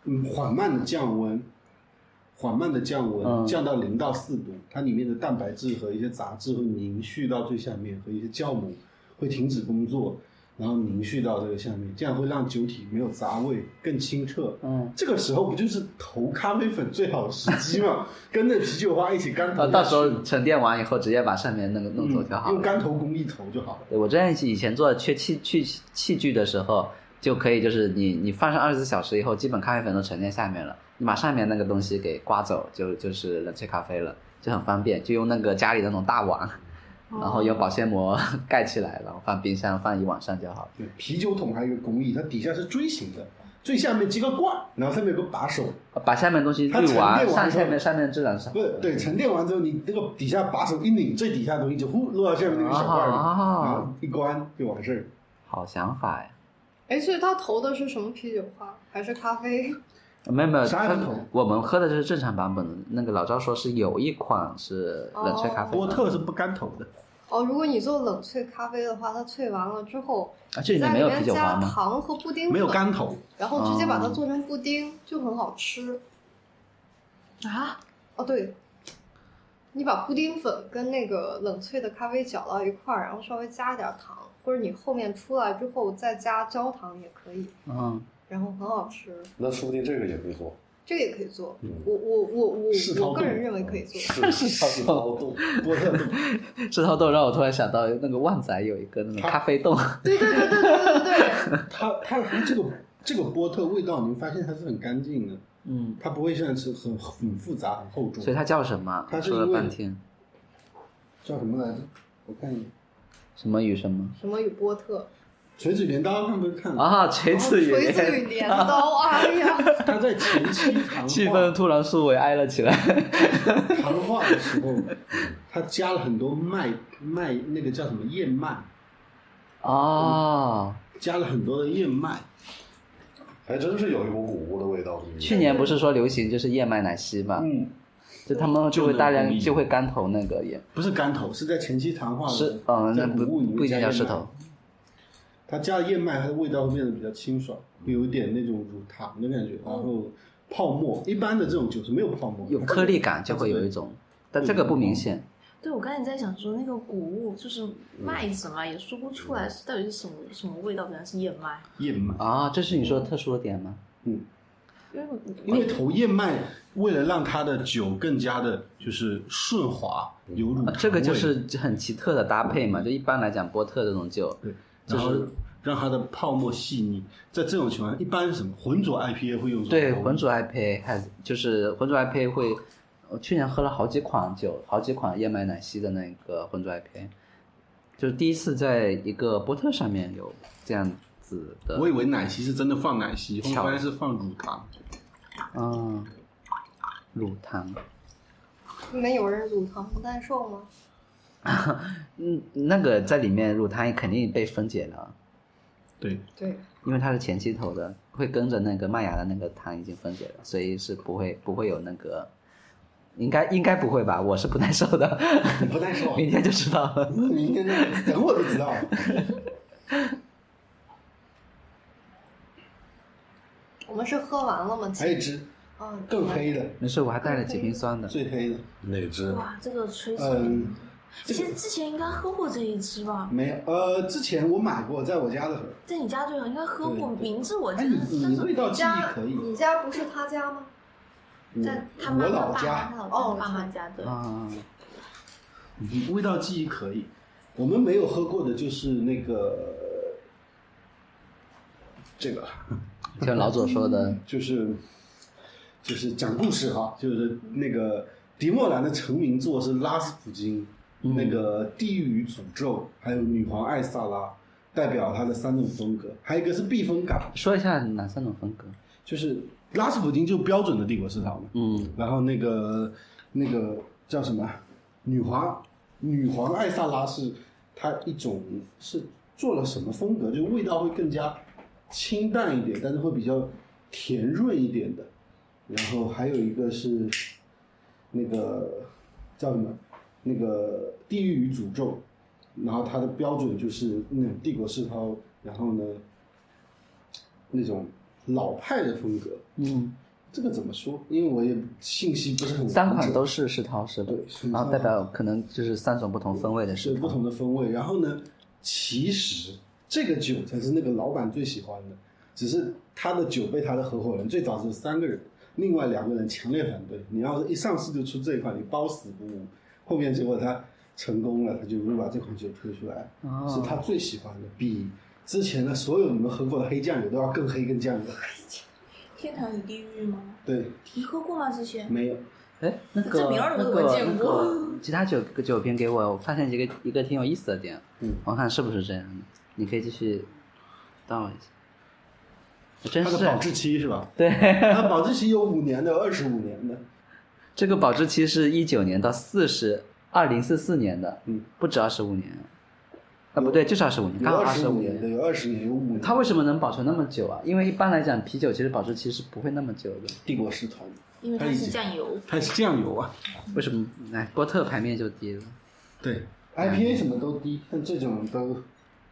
[SPEAKER 5] 嗯，缓慢的降温，缓慢的降温，
[SPEAKER 3] 嗯
[SPEAKER 5] 降到零到四度，它里面的蛋白质和一些杂质会凝蓄到最下面，和一些酵母会停止工作，然后凝蓄到这个下面，这样会让酒体没有杂味，更清澈。
[SPEAKER 3] 嗯，
[SPEAKER 5] 这个时候不就是投咖啡粉最好的时机吗？跟那啤酒花一起干投
[SPEAKER 3] 呃，
[SPEAKER 5] 下去，
[SPEAKER 3] 到时候沉淀完以后，直接把上面那个弄走
[SPEAKER 5] 嗯
[SPEAKER 3] 就好了。
[SPEAKER 5] 用干投工艺投就好了。
[SPEAKER 3] 对我之前以前做缺器器器具的时候，就可以就是你你放上二十四小时以后，基本咖啡粉都沉淀下面了，你把上面那个东西给刮走，就就是冷却咖啡了，就很方便，就用那个家里的那种大碗，然后用保鲜
[SPEAKER 5] 哦
[SPEAKER 3] 膜 盖起来，然后放冰箱放一晚上就好了。
[SPEAKER 5] 对，啤酒桶还有一个工艺，它底下是锥形的，最下面接个罐儿，然后上面有个把手，
[SPEAKER 3] 把下面的东西
[SPEAKER 5] 它
[SPEAKER 3] 滤
[SPEAKER 5] 沉
[SPEAKER 3] 完，
[SPEAKER 5] 淀完
[SPEAKER 3] 上
[SPEAKER 5] 之
[SPEAKER 3] 下
[SPEAKER 5] 后
[SPEAKER 3] 面上面质量是好
[SPEAKER 5] 不是
[SPEAKER 3] 的
[SPEAKER 5] 对，沉淀完之后，你那个底下把手一拧，最底下的东西就呼落到下面那个小罐儿里，
[SPEAKER 3] 哦
[SPEAKER 5] 然后一关就完
[SPEAKER 3] 啊
[SPEAKER 5] 事儿。
[SPEAKER 3] 好想法呀。
[SPEAKER 1] 哎，所以他投的是什么啤酒花？还是咖啡？
[SPEAKER 3] 没有没有，
[SPEAKER 5] 啥也
[SPEAKER 3] 它
[SPEAKER 5] 不同
[SPEAKER 3] 我们喝的就是正常版本的。那个老赵说是有一款是冷却咖啡，
[SPEAKER 5] 哦波特是不干头的，
[SPEAKER 1] 哦，如果你做冷萃咖啡的话，它萃完了之后，
[SPEAKER 3] 啊，这里
[SPEAKER 1] 在
[SPEAKER 3] 面没
[SPEAKER 1] 里
[SPEAKER 3] 有啤
[SPEAKER 1] 面
[SPEAKER 3] 酒花
[SPEAKER 1] 加
[SPEAKER 3] 吗？哦
[SPEAKER 1] 糖和布丁粉，
[SPEAKER 5] 没有干头。
[SPEAKER 1] 然后直接把它做成布丁，就很好吃。
[SPEAKER 4] 啊，
[SPEAKER 1] 哦，对，你把布丁粉跟那个冷萃的咖啡搅到一块儿，然后稍微加一点糖，或者你后面出来之后再加焦糖也可以，
[SPEAKER 3] 嗯，
[SPEAKER 1] 然后很好吃。
[SPEAKER 2] 那说不定这个也可以 做。
[SPEAKER 1] 这个也可以做，
[SPEAKER 2] 嗯
[SPEAKER 1] 我我我我
[SPEAKER 5] 世涛
[SPEAKER 1] 我个
[SPEAKER 5] 冻
[SPEAKER 1] 人认为可以做。
[SPEAKER 2] 是是劳动。
[SPEAKER 5] 波特是
[SPEAKER 3] 石头豆让我突然想到那个旺仔有一个那种咖啡豆，
[SPEAKER 1] 对对对对对对对，
[SPEAKER 5] 它它这个这个波特味道，你会发现它是很干净的，
[SPEAKER 3] 嗯，
[SPEAKER 5] 它不会像是很很复杂、很厚重
[SPEAKER 3] 所以。它叫什么？
[SPEAKER 5] 它是
[SPEAKER 3] 说了
[SPEAKER 5] 因为
[SPEAKER 3] 半天，
[SPEAKER 5] 叫什么来着？我看一眼，
[SPEAKER 3] 什么与什么
[SPEAKER 1] 什么与波特，
[SPEAKER 5] 垂直镰刀，看没有看？
[SPEAKER 3] 啊？锤
[SPEAKER 1] 然后
[SPEAKER 5] 哦
[SPEAKER 3] 子与
[SPEAKER 1] 锤子与镰 刀，哎呀，
[SPEAKER 5] 它在前期糖
[SPEAKER 3] 气
[SPEAKER 5] 化
[SPEAKER 3] 氛突然肃为哀了起来。
[SPEAKER 5] 糖化的时候，它加了很多麦麦那个叫什么燕麦，
[SPEAKER 3] 哦，
[SPEAKER 5] 加了很多的燕麦。
[SPEAKER 2] 还真是有一股谷物的味道。
[SPEAKER 3] 去年不是说流行就是燕麦奶昔嘛，
[SPEAKER 5] 嗯，
[SPEAKER 3] 就他们就
[SPEAKER 5] 就
[SPEAKER 3] 会
[SPEAKER 5] 能
[SPEAKER 3] 大
[SPEAKER 5] 同
[SPEAKER 3] 量
[SPEAKER 5] 意
[SPEAKER 3] 就会干投那个也
[SPEAKER 5] 不是干头，是在前期糖化的时
[SPEAKER 3] 是
[SPEAKER 5] 候，
[SPEAKER 3] 嗯，
[SPEAKER 5] 在
[SPEAKER 3] 那
[SPEAKER 5] 谷
[SPEAKER 3] 不
[SPEAKER 5] 物里
[SPEAKER 3] 不
[SPEAKER 5] 面
[SPEAKER 3] 一
[SPEAKER 5] 加燕
[SPEAKER 3] 定叫
[SPEAKER 5] 麦
[SPEAKER 3] 石头。
[SPEAKER 5] 它加了燕麦，它的味道会变得比较清爽，有一点那种乳糖的感觉，然后泡沫。一般的这种酒是没有泡沫，
[SPEAKER 3] 有
[SPEAKER 5] 它
[SPEAKER 3] 颗粒感
[SPEAKER 5] 它
[SPEAKER 3] 就会有一种，但
[SPEAKER 5] 对
[SPEAKER 3] 这个不明显。
[SPEAKER 4] 对，我刚才在想说那个谷物就是
[SPEAKER 5] 嗯
[SPEAKER 4] 麦子嘛，也说不出来是到底是什么什么味道，原来是燕麦，
[SPEAKER 5] 燕麦，
[SPEAKER 3] 啊，这是你说的特殊的点吗？
[SPEAKER 5] 嗯，
[SPEAKER 4] 因为
[SPEAKER 5] 因为投燕麦为了让它的酒更加的就是顺滑，有乳糖
[SPEAKER 3] 啊
[SPEAKER 5] 味，
[SPEAKER 3] 这个就是很奇特的搭配嘛，就一般来讲波特这种酒，
[SPEAKER 5] 对，
[SPEAKER 3] 就
[SPEAKER 5] 然
[SPEAKER 3] 是
[SPEAKER 5] 后让它的泡沫细腻。在这种情况下，一般是什么浑浊 IPA 会用这种
[SPEAKER 3] 对，
[SPEAKER 5] 泡沫
[SPEAKER 3] 浑浊 IPA 还就是浑浊 IPA 会，我去年喝了好几款酒，好几款燕麦奶昔的那个浑浊 IPA，就是第一次在一个波特上面有这样子的
[SPEAKER 5] 我，以为奶昔是真的放奶昔，后来
[SPEAKER 3] 巧
[SPEAKER 5] 发现是放乳糖。
[SPEAKER 3] 嗯，乳糖，
[SPEAKER 1] 你们有人乳糖不耐受吗？
[SPEAKER 3] 嗯，那个在里面乳糖也肯定被分解了，
[SPEAKER 5] 对，
[SPEAKER 1] 对，
[SPEAKER 3] 因为它是前期投的，会跟着那个麦芽的那个糖已经分解了，所以是不会不会有那个，应该应该不会吧？我是不耐受的，
[SPEAKER 5] 你不耐受啊
[SPEAKER 3] 明天就知道了。
[SPEAKER 5] 明天那等我就知道 了。
[SPEAKER 1] 我们是喝完了吗？
[SPEAKER 5] 还有一只
[SPEAKER 1] 嗯，
[SPEAKER 5] 哎更黑的，
[SPEAKER 3] 没事，我还带了几瓶酸的。
[SPEAKER 5] 最黑的，
[SPEAKER 2] 哪只？
[SPEAKER 4] 哇，这个吹子，
[SPEAKER 5] 嗯，
[SPEAKER 4] 其实之前应该喝过这一支吧，
[SPEAKER 5] 没有，呃，之前我买过，在我家的时候。
[SPEAKER 4] 在你家就有，应该喝过，
[SPEAKER 5] 对对
[SPEAKER 4] 名字我
[SPEAKER 5] 哎，
[SPEAKER 4] 记
[SPEAKER 5] 你
[SPEAKER 4] 得，但
[SPEAKER 5] 你
[SPEAKER 4] 是
[SPEAKER 5] 味道
[SPEAKER 1] 你
[SPEAKER 5] 记忆
[SPEAKER 1] 家
[SPEAKER 5] 可以，
[SPEAKER 1] 你家不是他家吗？
[SPEAKER 4] 在他
[SPEAKER 5] 嗯我
[SPEAKER 4] 妈他
[SPEAKER 5] 老
[SPEAKER 4] 爸
[SPEAKER 5] 家
[SPEAKER 4] 他老
[SPEAKER 1] 哦
[SPEAKER 4] 家爸妈家对，
[SPEAKER 3] 啊，
[SPEAKER 5] 嗯味道记忆可以。我们没有喝过的就是那个这个，
[SPEAKER 3] 像老左说的，
[SPEAKER 5] 就是就是讲故事哈，就是那个迪莫兰的成名作是拉斯普京，
[SPEAKER 3] 嗯
[SPEAKER 5] 那个《地狱与诅咒》，还有《女皇艾萨拉》，代表他的三种风格，还有一个是避风港，
[SPEAKER 3] 说一下哪三种风格？
[SPEAKER 5] 就是拉斯普京就标准的帝国市场嘛，
[SPEAKER 3] 嗯
[SPEAKER 5] 然后那个那个叫什么女皇女皇艾萨拉是它一种是做了什么风格，就味道会更加清淡一点，但是会比较甜润一点的。然后还有一个是那个叫什么那个地狱与诅咒，然后它的标准就是那种帝国世涛，然后呢那种老派的风格。
[SPEAKER 3] 嗯，
[SPEAKER 5] 这个怎么说？因为我也信息不是很完整
[SPEAKER 3] 三款都是世涛是吧？
[SPEAKER 5] 对是
[SPEAKER 3] 然后
[SPEAKER 5] 三款
[SPEAKER 3] 代表可能就是三种不同风味的
[SPEAKER 5] 是
[SPEAKER 3] 世
[SPEAKER 5] 不
[SPEAKER 3] 涛。
[SPEAKER 5] 同的风味。然后呢，其实这个酒才是那个老板最喜欢的，只是他的酒被他的合伙人最早只有三个人，另外两个人强烈反对。你要是一上市就出这一款，你包死不误。后面结果他成功了，他就又把这款酒推出来，
[SPEAKER 3] 哦
[SPEAKER 5] 是他最喜欢的，比之前的所有你们喝过的黑酱油都要更黑更酱油。
[SPEAKER 6] 天堂与地狱吗？
[SPEAKER 5] 对，
[SPEAKER 6] 你喝过吗？之前
[SPEAKER 5] 没有。
[SPEAKER 3] 哎，那个
[SPEAKER 6] 这名儿我
[SPEAKER 3] 那
[SPEAKER 6] 都
[SPEAKER 3] 个
[SPEAKER 6] 没见过
[SPEAKER 3] 那个其他酒酒瓶给我，我发现一个一个挺有意思的点，
[SPEAKER 5] 嗯
[SPEAKER 3] 我看是不是这样的，你可以继续倒一下。真
[SPEAKER 5] 它的保
[SPEAKER 3] 是
[SPEAKER 5] 质期是吧？
[SPEAKER 3] 对，
[SPEAKER 5] 它保质期有五年的，有二十五年的。
[SPEAKER 3] 这个保质期是一九年到四十二零四四年的，
[SPEAKER 5] 嗯，
[SPEAKER 3] 不止二十五年，啊不对，就是二十五年，
[SPEAKER 5] 有
[SPEAKER 3] 刚好
[SPEAKER 5] 二
[SPEAKER 3] 二
[SPEAKER 5] 十
[SPEAKER 3] 十五
[SPEAKER 5] 年的，
[SPEAKER 3] 年。
[SPEAKER 5] 有二十年，有五年。
[SPEAKER 3] 它为什么能保存那么久啊？因为一般来讲，啤酒其实保质期是不会那么久的。
[SPEAKER 5] 帝国食堂，
[SPEAKER 6] 因为它是酱油，
[SPEAKER 5] 它是酱油啊。
[SPEAKER 3] 为什么？哎，波特牌面就低了。
[SPEAKER 5] 对，IPA 什么都低，但这种都，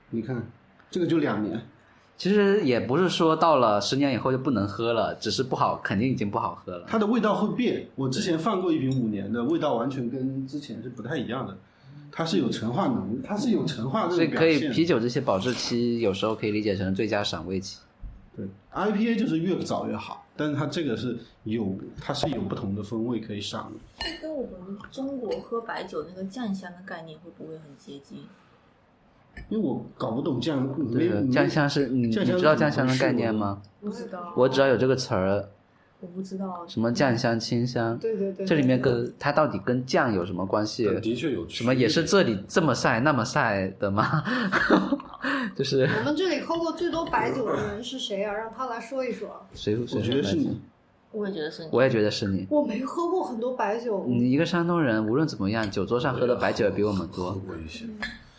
[SPEAKER 5] 你看，这个就两年，
[SPEAKER 3] 其实也不是说到了十年以后就不能喝了，只是不好，肯定已经不好喝了。
[SPEAKER 5] 它的味道会变。我之前放过一瓶五年的，味道完全跟之前是不太一样的。它是有陈化能，它是有陈化这
[SPEAKER 3] 所以
[SPEAKER 5] 种表
[SPEAKER 3] 可以，
[SPEAKER 5] 现。
[SPEAKER 3] 啤酒这些保质期有时候可以理解成最佳赏味期。
[SPEAKER 5] 对，IPA 就是越早越好，但是它这个是有，它是有不同的风味可以上的。
[SPEAKER 6] 这跟我们中国喝白酒那个酱香的概念会不会很接近？
[SPEAKER 5] 因为我搞不懂酱，没
[SPEAKER 3] 对
[SPEAKER 5] 有
[SPEAKER 3] 的，酱香是你你知道酱香的概念？吗？
[SPEAKER 6] 不知道，
[SPEAKER 3] 我只要有这个词儿，
[SPEAKER 6] 我不知道
[SPEAKER 3] 什么酱香、清香，
[SPEAKER 1] 对对对，
[SPEAKER 3] 这里面跟它到底跟酱有什么关系？
[SPEAKER 2] 但的确有
[SPEAKER 3] 什么也是这里这么晒那么晒的吗？ 就是
[SPEAKER 1] 我们这里喝过最多白酒的人是谁啊？让他来说一说。
[SPEAKER 3] 谁？
[SPEAKER 5] 我
[SPEAKER 3] 谁
[SPEAKER 5] 觉得是
[SPEAKER 3] 说白
[SPEAKER 5] 你
[SPEAKER 3] 酒，
[SPEAKER 6] 我也觉得是你。
[SPEAKER 3] 我也觉得是你。
[SPEAKER 1] 我没喝过很多白酒，
[SPEAKER 5] 嗯
[SPEAKER 3] 你一个山东人，无论怎么样，酒桌上喝的白酒也比我们
[SPEAKER 2] 喝
[SPEAKER 3] 多。
[SPEAKER 2] 过一些。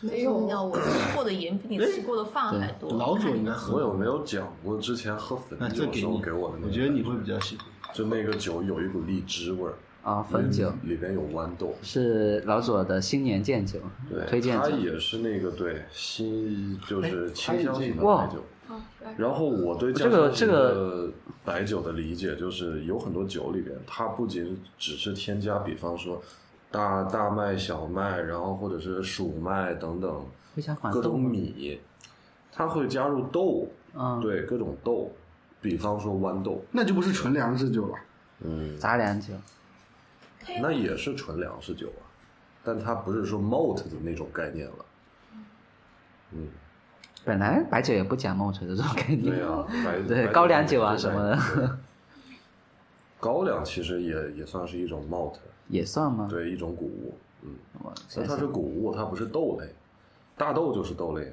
[SPEAKER 1] 没
[SPEAKER 6] 说不定
[SPEAKER 1] 有。
[SPEAKER 6] 我吃过的盐比你吃过的饭还多。
[SPEAKER 5] 老左应该喝
[SPEAKER 2] 我有
[SPEAKER 5] 过，
[SPEAKER 2] 没有讲过之前喝汾
[SPEAKER 5] 那这
[SPEAKER 2] 酒
[SPEAKER 5] 给
[SPEAKER 2] 时候
[SPEAKER 5] 你，
[SPEAKER 2] 给我的那个？
[SPEAKER 5] 我觉得你会比较喜欢。
[SPEAKER 2] 就那个酒有一股荔枝味儿，
[SPEAKER 3] 啊，汾酒
[SPEAKER 2] 里边有豌豆，
[SPEAKER 3] 是老左的新年见酒，
[SPEAKER 2] 对，
[SPEAKER 3] 推荐
[SPEAKER 2] 它
[SPEAKER 3] 酒。
[SPEAKER 2] 也是那个对新就是清香型的
[SPEAKER 3] 哇
[SPEAKER 2] 白酒。然后我对
[SPEAKER 3] 这
[SPEAKER 2] 酱
[SPEAKER 3] 个
[SPEAKER 2] 香
[SPEAKER 3] 这
[SPEAKER 2] 型
[SPEAKER 3] 个
[SPEAKER 2] 的白酒的理解就是，有很多酒里边，它不仅只是添加，比方说大大麦、小麦，然后或者是薯麦等等
[SPEAKER 3] 会加黄
[SPEAKER 2] 各
[SPEAKER 3] 啊豆
[SPEAKER 2] 种
[SPEAKER 3] 吗？
[SPEAKER 2] 米，它会加入豆，
[SPEAKER 3] 嗯，，
[SPEAKER 2] 对各种豆，比方说豌豆，
[SPEAKER 5] 那就不是纯粮食酒了。
[SPEAKER 2] 嗯，
[SPEAKER 3] 杂粮酒。
[SPEAKER 2] 那也是纯粮食酒啊，但它不是说 malt 的那种概念了。嗯，
[SPEAKER 3] 本来白酒也不讲梦锤的这种概念。
[SPEAKER 2] 对啊，白
[SPEAKER 3] 对
[SPEAKER 2] 白
[SPEAKER 3] 高粱酒啊什么的。
[SPEAKER 2] 对高粱其实也也算是一种 malt，
[SPEAKER 3] 也算吗？
[SPEAKER 2] 对，一种谷物。嗯，
[SPEAKER 3] 我
[SPEAKER 2] 但它是谷物，它不是豆类，啊大豆就是豆类啊。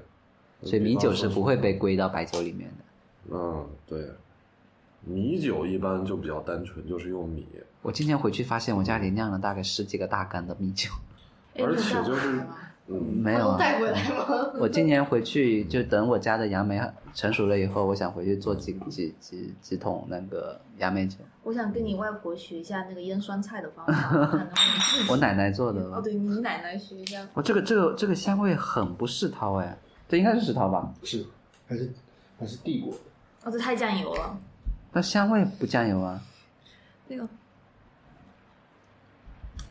[SPEAKER 3] 所以米酒是不会被归到白酒里面的。
[SPEAKER 2] 嗯，对，米酒一般就比较单纯，就是用米，
[SPEAKER 3] 我今天回去发现我家里酿了大概十几个大缸的米酒，
[SPEAKER 6] 哎
[SPEAKER 2] 而
[SPEAKER 6] 你
[SPEAKER 2] 且
[SPEAKER 6] 带
[SPEAKER 2] 就
[SPEAKER 6] 回
[SPEAKER 2] 是
[SPEAKER 6] 来吗
[SPEAKER 2] 嗯，
[SPEAKER 3] 没
[SPEAKER 6] 哎
[SPEAKER 1] 他能
[SPEAKER 3] 有啊。
[SPEAKER 1] 带回来吗？
[SPEAKER 3] 我今年回去就等我家的杨梅成熟了以后，我想回去做几几几几桶那个杨梅酒，
[SPEAKER 6] 我想跟你外婆学一下那个腌酸菜的方法，看能不能自己
[SPEAKER 3] 我奶奶做的
[SPEAKER 6] 哦，
[SPEAKER 3] 吧。
[SPEAKER 6] 对你奶奶学一下。
[SPEAKER 3] 我这个这个这个香味很不世涛哎，这应该是世涛吧？
[SPEAKER 5] 是，还是还是帝国。
[SPEAKER 6] 哦，这太酱油了。
[SPEAKER 3] 但香味不酱油啊，
[SPEAKER 6] 那个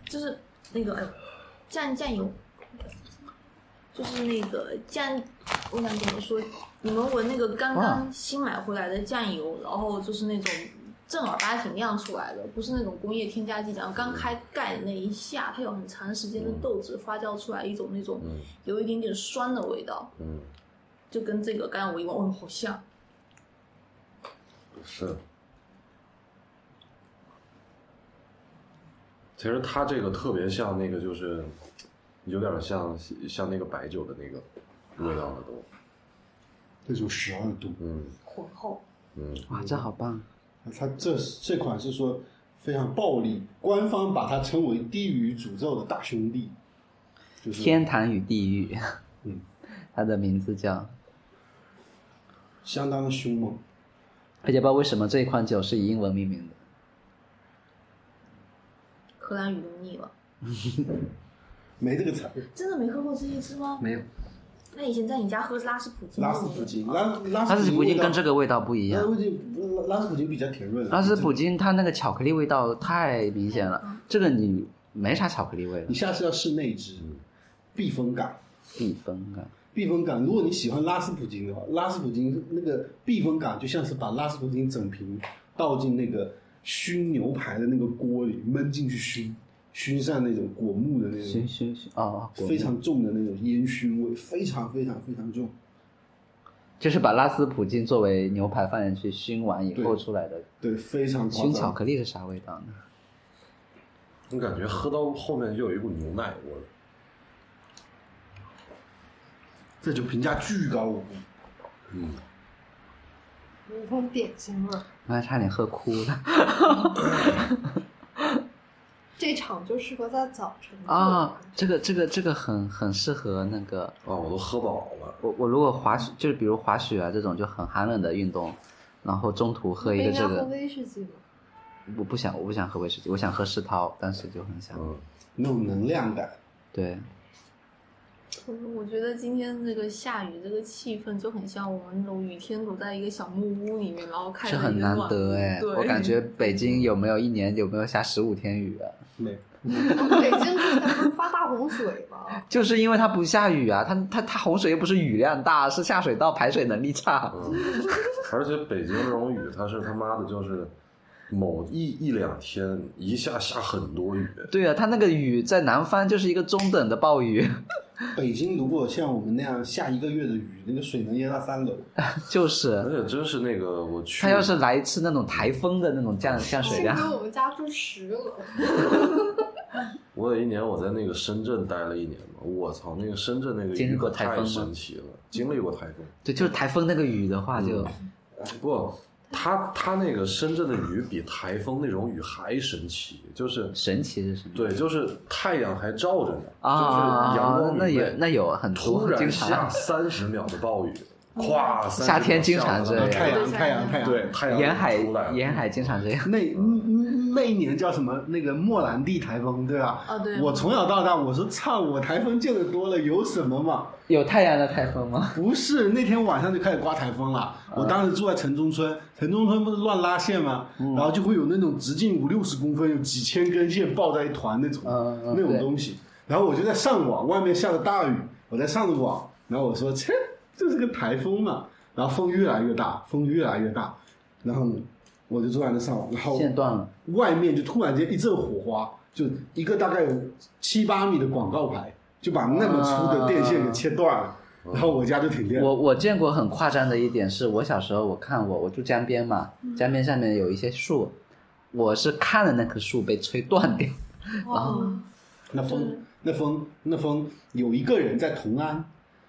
[SPEAKER 6] 就是那个哎呦酱酱油，就是那个酱，我想怎么说？你们闻那个刚
[SPEAKER 3] 哇
[SPEAKER 6] 刚新买回来的酱油，然后就是那种正儿八经酿出来的，不是那种工业添加剂，然后刚开盖的那一下，它有很长时间的
[SPEAKER 5] 嗯
[SPEAKER 6] 豆子发酵出来一种那种
[SPEAKER 2] 嗯
[SPEAKER 6] 有一点点酸的味道，
[SPEAKER 2] 嗯，
[SPEAKER 6] 就跟这个刚刚我一闻，哦，好像。
[SPEAKER 2] 是。其实它这个特别像那个，就是有点像像那个白酒的那个味道了都。
[SPEAKER 5] 这就十二度。
[SPEAKER 2] 嗯
[SPEAKER 6] 浑厚，
[SPEAKER 2] 嗯
[SPEAKER 3] 哇，这好棒！
[SPEAKER 5] 它这这款是说非常暴力，官方把它称为“地狱诅咒”的大兄弟，就是
[SPEAKER 3] 天堂与地狱》，
[SPEAKER 5] 嗯，
[SPEAKER 3] 它的名字叫。
[SPEAKER 5] 相当的凶猛。
[SPEAKER 3] 而且不知道为什么这一款酒是以英文命名的。
[SPEAKER 6] 荷兰语容易吧？
[SPEAKER 5] 没这个词儿，
[SPEAKER 6] 真的没喝过这一支吗？
[SPEAKER 3] 没有，
[SPEAKER 6] 那以前在你家喝是拉斯普京的
[SPEAKER 5] 拉
[SPEAKER 6] 那
[SPEAKER 5] 斯
[SPEAKER 6] 种，
[SPEAKER 5] 普京，
[SPEAKER 2] 啊
[SPEAKER 5] 拉拉
[SPEAKER 3] 拉斯
[SPEAKER 5] 斯
[SPEAKER 3] 普京
[SPEAKER 5] 京
[SPEAKER 3] 跟这
[SPEAKER 5] 个
[SPEAKER 3] 个味道不一
[SPEAKER 5] 拉
[SPEAKER 3] 样
[SPEAKER 5] 斯。普京拉拉斯普京比较甜润啊。
[SPEAKER 3] 拉斯普京它那个巧克力味道太明显了，这个你没啥巧克力味了
[SPEAKER 5] 你，下次要试那一支，
[SPEAKER 2] 嗯
[SPEAKER 5] 避风港，
[SPEAKER 3] 避风啊港。
[SPEAKER 5] 避风港。如果你喜欢拉斯普京的话，拉斯普京那个避风港就像是把拉斯普京整瓶倒进那个熏牛排的那个锅里，焖进去熏，熏上那种果木的那
[SPEAKER 3] 行
[SPEAKER 5] 种
[SPEAKER 3] 行行，哦，果
[SPEAKER 5] 嗯非
[SPEAKER 3] 木
[SPEAKER 5] 常重的那种烟熏味，非常非常非常重。
[SPEAKER 3] 就是把拉斯普京作为牛排放进去熏完以后
[SPEAKER 5] 对
[SPEAKER 3] 出来的。
[SPEAKER 5] 对，非常夸
[SPEAKER 3] 熏巧
[SPEAKER 5] 张。
[SPEAKER 3] 克力是啥味道呢？
[SPEAKER 2] 我感觉喝到后面就有一股牛奶味儿。
[SPEAKER 5] 这就评价巨高无比。
[SPEAKER 2] 嗯，
[SPEAKER 1] 有一种点心味儿。
[SPEAKER 3] 妈差点喝哭了
[SPEAKER 1] 这场就适合在早晨做
[SPEAKER 3] 啊！这个这个这个很很适合那个
[SPEAKER 2] 啊，我都喝饱了。
[SPEAKER 3] 我我如果滑雪就是比如滑雪啊这种就很寒冷的运动，然后中途喝一
[SPEAKER 1] 你
[SPEAKER 3] 个
[SPEAKER 1] 不应
[SPEAKER 3] 这
[SPEAKER 1] 该喝
[SPEAKER 3] 个，
[SPEAKER 1] 威士忌吗？
[SPEAKER 3] 我不想我不想喝威士忌，我想喝世涛，当时就很想。
[SPEAKER 2] 嗯，
[SPEAKER 5] 那种能量感。
[SPEAKER 3] 对，
[SPEAKER 4] 嗯我觉得今天这个下雨这个气氛就很像我们那种雨天躲在一个小木屋里面，然后开
[SPEAKER 3] 是
[SPEAKER 4] 着
[SPEAKER 3] 很
[SPEAKER 4] 一个
[SPEAKER 3] 难
[SPEAKER 4] 暖
[SPEAKER 3] 得
[SPEAKER 4] 炉
[SPEAKER 3] 哎，
[SPEAKER 4] 对
[SPEAKER 3] 我感觉北京有没有一年有没有下十五天雨啊？
[SPEAKER 5] 没有，
[SPEAKER 1] 北京之前不是发大洪水吗？
[SPEAKER 3] 就是因为它不下雨啊，它它它洪水又不是雨量大，是下水道排水能力差。
[SPEAKER 2] 嗯，而且北京这种雨，它是他妈的，就是某一一两天一下下很多雨，
[SPEAKER 3] 对啊，它那个雨在南方就是一个中等的暴雨，
[SPEAKER 5] 北京如果像我们那样下一个月的雨，那个水能淹到三楼。
[SPEAKER 3] 就是
[SPEAKER 2] 而且真是那个我去，
[SPEAKER 3] 它要是来一次那种台风的那种降降水
[SPEAKER 1] 幸
[SPEAKER 3] 量，
[SPEAKER 1] 亏我们家住十楼，
[SPEAKER 2] 我有一年我在那个深圳待了一年嘛，我操，那个深圳那个
[SPEAKER 3] 经历
[SPEAKER 2] 雨
[SPEAKER 3] 过
[SPEAKER 2] 可
[SPEAKER 3] 台风
[SPEAKER 2] 太
[SPEAKER 3] 吗
[SPEAKER 2] 神奇了，经历过台风，
[SPEAKER 3] 对，就是台风那个雨的话就，
[SPEAKER 2] 嗯不，它它那个深圳的雨比台风那种雨还神奇，就是
[SPEAKER 3] 神奇是什么？
[SPEAKER 2] 对，就是太阳还照着呢，
[SPEAKER 3] 啊，
[SPEAKER 2] 就是阳光明
[SPEAKER 3] 那
[SPEAKER 2] 媚
[SPEAKER 3] 有那有很
[SPEAKER 2] 突
[SPEAKER 3] 多，经常
[SPEAKER 2] 然下三十秒的暴雨，咵，30
[SPEAKER 3] 夏天
[SPEAKER 2] 秒
[SPEAKER 3] 经常
[SPEAKER 2] 下
[SPEAKER 3] 这
[SPEAKER 2] 了
[SPEAKER 3] 样
[SPEAKER 5] 太阳，太阳，太阳。
[SPEAKER 2] 嗯对，太阳
[SPEAKER 3] 沿海
[SPEAKER 2] 出来了
[SPEAKER 3] 沿海经常这样。
[SPEAKER 5] 那嗯嗯那一年叫什么？那个莫兰蒂台风，对吧？
[SPEAKER 4] 啊对
[SPEAKER 5] 我从小到大，我说操，我台风见得多了，有什么嘛？
[SPEAKER 3] 有太阳的台风吗？
[SPEAKER 5] 不是，那天晚上就开始刮台风了。
[SPEAKER 3] 嗯
[SPEAKER 5] 我当时住在城中村，城中村不是乱拉线吗？
[SPEAKER 3] 嗯
[SPEAKER 5] 然后就会有那种直径五六十公分，有几千根线抱在一团那种、
[SPEAKER 3] 嗯嗯
[SPEAKER 5] 那种
[SPEAKER 3] 对
[SPEAKER 5] 东西。然后我就在上网，外面下着大雨，我在上着网，然后我说切，这是个台风嘛。然后风越来越大，风越来越大，然后我就坐在那上网，然后
[SPEAKER 3] 线断了，
[SPEAKER 5] 外面就突然间一阵火花，就一个大概有七八米的广告牌，就把那么粗的电线给切断了，然后我家就停电。
[SPEAKER 3] 啊我我见过很夸张的一点是，我小时候我看我我住江边嘛，
[SPEAKER 2] 嗯
[SPEAKER 3] 江边下面有一些树，我是看了那棵树被吹断掉，然后
[SPEAKER 1] 哦，
[SPEAKER 5] 那
[SPEAKER 4] 对
[SPEAKER 5] 风，那风，那风，有一个人在同安，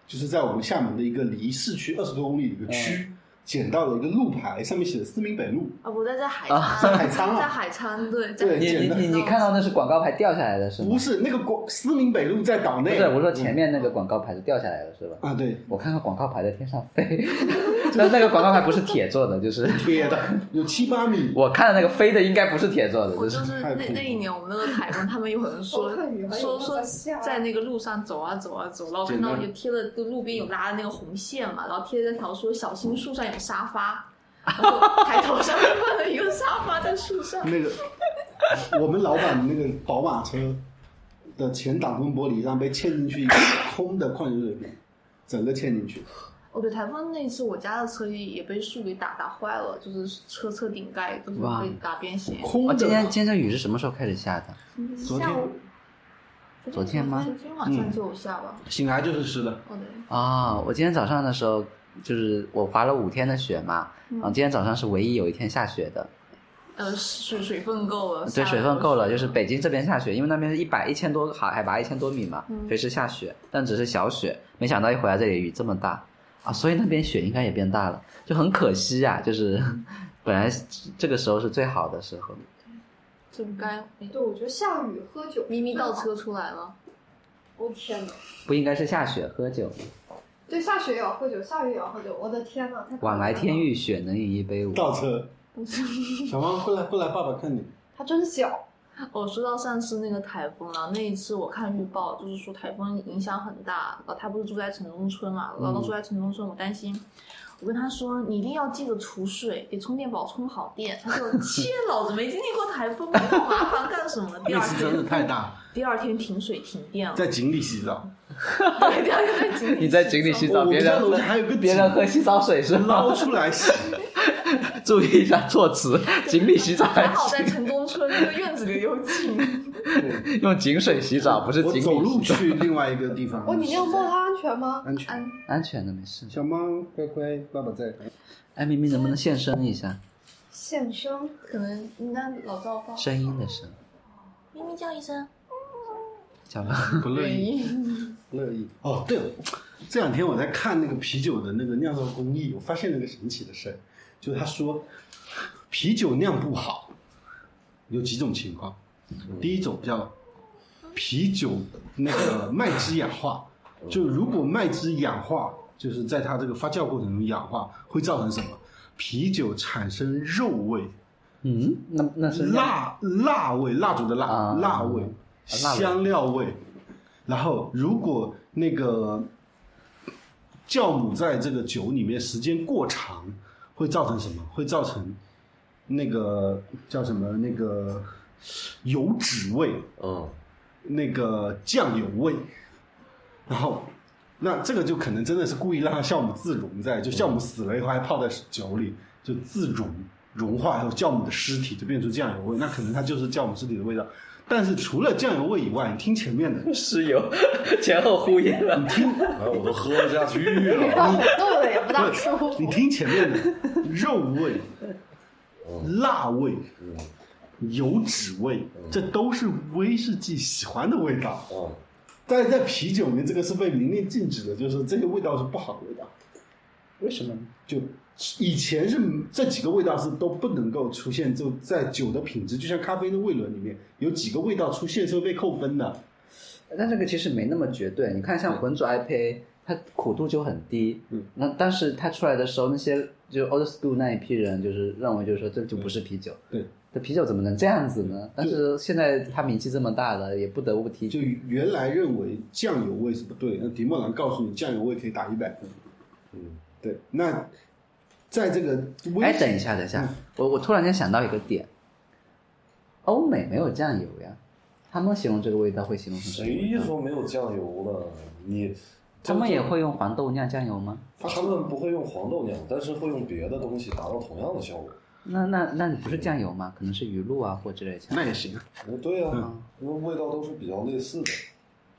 [SPEAKER 5] 就是在我们厦门的一个离市区二十多公里的一个
[SPEAKER 3] 啊
[SPEAKER 5] 区，捡到了一个路牌，上面写的思明北路。
[SPEAKER 4] 啊，我在在海
[SPEAKER 3] 啊
[SPEAKER 4] 滩，
[SPEAKER 5] 海滩啊
[SPEAKER 4] 在海滩，对，在
[SPEAKER 5] 对
[SPEAKER 4] 海
[SPEAKER 3] 你你你你看到那是广告牌掉下来的是吗
[SPEAKER 5] 不？是那个广思明北路在岛
[SPEAKER 3] 不
[SPEAKER 5] 内，嗯
[SPEAKER 3] 是，我说前面
[SPEAKER 2] 嗯
[SPEAKER 3] 那个广告牌是掉下来的是吧？
[SPEAKER 5] 啊，对，
[SPEAKER 3] 我看到广告牌在天上飞， 那那个广告牌不是铁做的，就是
[SPEAKER 5] 贴的有七八米，
[SPEAKER 3] 我看的那个飞的应该不是铁做的，
[SPEAKER 4] 我
[SPEAKER 3] 就
[SPEAKER 4] 就是是
[SPEAKER 5] 太恐
[SPEAKER 4] 那
[SPEAKER 5] 怖
[SPEAKER 4] 那一年我们那个台风，他们 有人
[SPEAKER 1] 我
[SPEAKER 4] 说
[SPEAKER 1] 看雨还以为
[SPEAKER 4] 说
[SPEAKER 1] 是
[SPEAKER 4] 说
[SPEAKER 1] 在下
[SPEAKER 4] 在那个路上走啊走啊走，然后看
[SPEAKER 5] 简
[SPEAKER 4] 到
[SPEAKER 5] 单
[SPEAKER 4] 有贴了就路边有拉的那个红线嘛，然后贴了条说小心树上有沙发，然后 抬头上面放了一个沙发在树上，
[SPEAKER 5] 那个我们老板的那个宝马车的前挡风玻璃上被嵌进去一个空的矿泉水瓶，整个嵌进去。
[SPEAKER 4] 哦，对，台风那一次，我家的车也也被树给打打坏了，就是车侧顶盖就是
[SPEAKER 3] 哇
[SPEAKER 4] 被打变形。
[SPEAKER 5] 空
[SPEAKER 3] 哦，
[SPEAKER 5] 的。
[SPEAKER 3] 今天今天这雨是什么时候开始下的？
[SPEAKER 5] 昨天
[SPEAKER 4] 下午，
[SPEAKER 3] 昨天吗嗯
[SPEAKER 4] 昨天晚上就有下吧。
[SPEAKER 5] 醒来就是湿的，
[SPEAKER 4] 哦，对，
[SPEAKER 3] 啊、我今天早上的时候，就是我滑了五天的雪嘛，
[SPEAKER 4] 嗯
[SPEAKER 3] 然后今天早上是唯一有一天下雪的，
[SPEAKER 4] 呃，水水分够了，
[SPEAKER 3] 对，
[SPEAKER 4] 下
[SPEAKER 3] 水分
[SPEAKER 4] 了
[SPEAKER 3] 够了，就是北京这边下雪，因为那边是一百一千多海海拔一千多米嘛，
[SPEAKER 4] 嗯
[SPEAKER 3] 随时下雪，但只是小雪，没想到一回来这里雨这么大啊，所以那边雪应该也变大了， 就很可惜啊，就是本来这个时候是最好的时候，
[SPEAKER 4] 真该
[SPEAKER 1] 对，我觉得下雨喝酒
[SPEAKER 4] 咪咪倒车出来了。
[SPEAKER 1] 我天哪！
[SPEAKER 3] 不应该是下雪喝酒吗？
[SPEAKER 1] 对，下雪也要喝酒，下雨也要喝酒。我的天哪！太可怕了
[SPEAKER 3] 晚来天，欲雪，能饮一杯无？
[SPEAKER 5] 倒车。小猫过来过来，爸爸看你。
[SPEAKER 1] 它真小。
[SPEAKER 4] 哦，说到上次那个台风了，那一次我看预报，就是说台风影响很大。呃，他不是住在城中村嘛，姥
[SPEAKER 5] 嗯
[SPEAKER 4] 姥住在城中村，我担心。我跟他说，你一定要记得储水，给充电宝充好电。他说，切，老子没经历过台风，那么麻烦干什么？第
[SPEAKER 5] 那
[SPEAKER 4] 二
[SPEAKER 5] 次真的
[SPEAKER 4] 天，
[SPEAKER 5] 太大，
[SPEAKER 4] 第二天停水停电了。
[SPEAKER 5] 在井里洗澡。
[SPEAKER 4] 对，第二天在 井里
[SPEAKER 3] 你在井里洗
[SPEAKER 5] 我
[SPEAKER 3] 澡，
[SPEAKER 5] 我
[SPEAKER 3] 别
[SPEAKER 5] 们家
[SPEAKER 3] 人
[SPEAKER 5] 楼下还有个井
[SPEAKER 3] 别人喝洗澡水是
[SPEAKER 5] 捞
[SPEAKER 3] 吗？
[SPEAKER 5] 出来洗，
[SPEAKER 3] 注意一下措辞， 井里洗澡
[SPEAKER 4] 还
[SPEAKER 3] 还
[SPEAKER 4] 好在
[SPEAKER 3] 行
[SPEAKER 4] 城中村那个院子里有 井，
[SPEAKER 3] 用井水洗澡，不是井
[SPEAKER 5] 我
[SPEAKER 3] 里
[SPEAKER 5] 走路
[SPEAKER 3] 洗澡，
[SPEAKER 5] 去另外一个地方。
[SPEAKER 1] 哦，你那样做它安全吗？
[SPEAKER 5] 嗯安全。
[SPEAKER 3] 安全的没事。
[SPEAKER 5] 小猫乖乖，爸爸在。
[SPEAKER 3] 哎，明明能不能现身一下？
[SPEAKER 1] 现生
[SPEAKER 4] 可能那老赵发
[SPEAKER 3] 声音的声，
[SPEAKER 6] 咪咪叫一声，
[SPEAKER 3] 叫了。
[SPEAKER 5] 不乐意，不乐意。哦，对了，这两天我在看那个啤酒的那个酿造工艺，我发现了一个神奇的事儿，就是他说啤酒酿不好有几种情况，第一种叫啤酒那个麦汁氧化，就如果麦汁氧化，就是在它这个发酵过程中氧化，会造成什么？啤酒产生肉味。
[SPEAKER 3] 嗯，那那是
[SPEAKER 5] 辣辣味，蜡烛的蜡，
[SPEAKER 3] 啊
[SPEAKER 5] 辣味，
[SPEAKER 3] 辣味
[SPEAKER 5] 香料味。然后，如果那个酵母在这个酒里面时间过长，会造成什么？会造成那个叫什么？那个油脂味，
[SPEAKER 2] 嗯，
[SPEAKER 5] 那个酱油味。然后，那这个就可能真的是故意让它酵母自溶在，就酵母死了以后还泡在酒里，就自溶融化以后，酵母的尸体就变出酱油味，那可能它就是酵母尸体的味道。但是除了酱油味以外，你听前面的，你
[SPEAKER 3] 石油，前后呼应了。
[SPEAKER 5] 听
[SPEAKER 2] 哎，我都喝不下去了。
[SPEAKER 4] 嗯
[SPEAKER 1] 让我弄得也不大舒服。
[SPEAKER 5] 你听前面的肉味、辣味、油脂味，这都是威士忌喜欢的味道。
[SPEAKER 2] 嗯，
[SPEAKER 5] 但是在啤酒里面，这个是被明令禁止的，就是这些味道是不好的味道。为什么呢？就以前是这几个味道是都不能够出现，就在酒的品质，就像咖啡因的味轮里面，有几个味道出现是会被扣分的。
[SPEAKER 3] 但这个其实没那么绝对。你看，像浑浊 IPA，它苦度就很低，
[SPEAKER 5] 嗯，
[SPEAKER 3] 那但是它出来的时候，那些就 old school 那一批人，就是认为就是说这就不是啤酒，
[SPEAKER 5] 对，
[SPEAKER 3] 这啤酒怎么能这样子呢？但是现在它名气这么大了，也不得不提。
[SPEAKER 5] 嗯就原来认为酱油味是不对的，那迪莫兰告诉你酱油味可以打一百分。
[SPEAKER 2] 嗯，
[SPEAKER 5] 对。那在这个威
[SPEAKER 3] 哎，等一下，等一
[SPEAKER 5] 嗯
[SPEAKER 3] 下，我我突然间想到一个点，欧美没有酱油呀，他们形容这个味道会形容成什么味
[SPEAKER 2] 谁
[SPEAKER 3] 道？
[SPEAKER 2] 说没有酱油了？你
[SPEAKER 3] 他们也会用黄豆酿酱油吗？
[SPEAKER 2] 他们不会用黄豆酿，但是会用别的东西达到同样的效果。
[SPEAKER 3] 那那那你不是酱油吗？可能是鱼露啊或之类的酱油。
[SPEAKER 5] 那也行啊，
[SPEAKER 2] 嗯，对呀、因为味道都是比较类似的，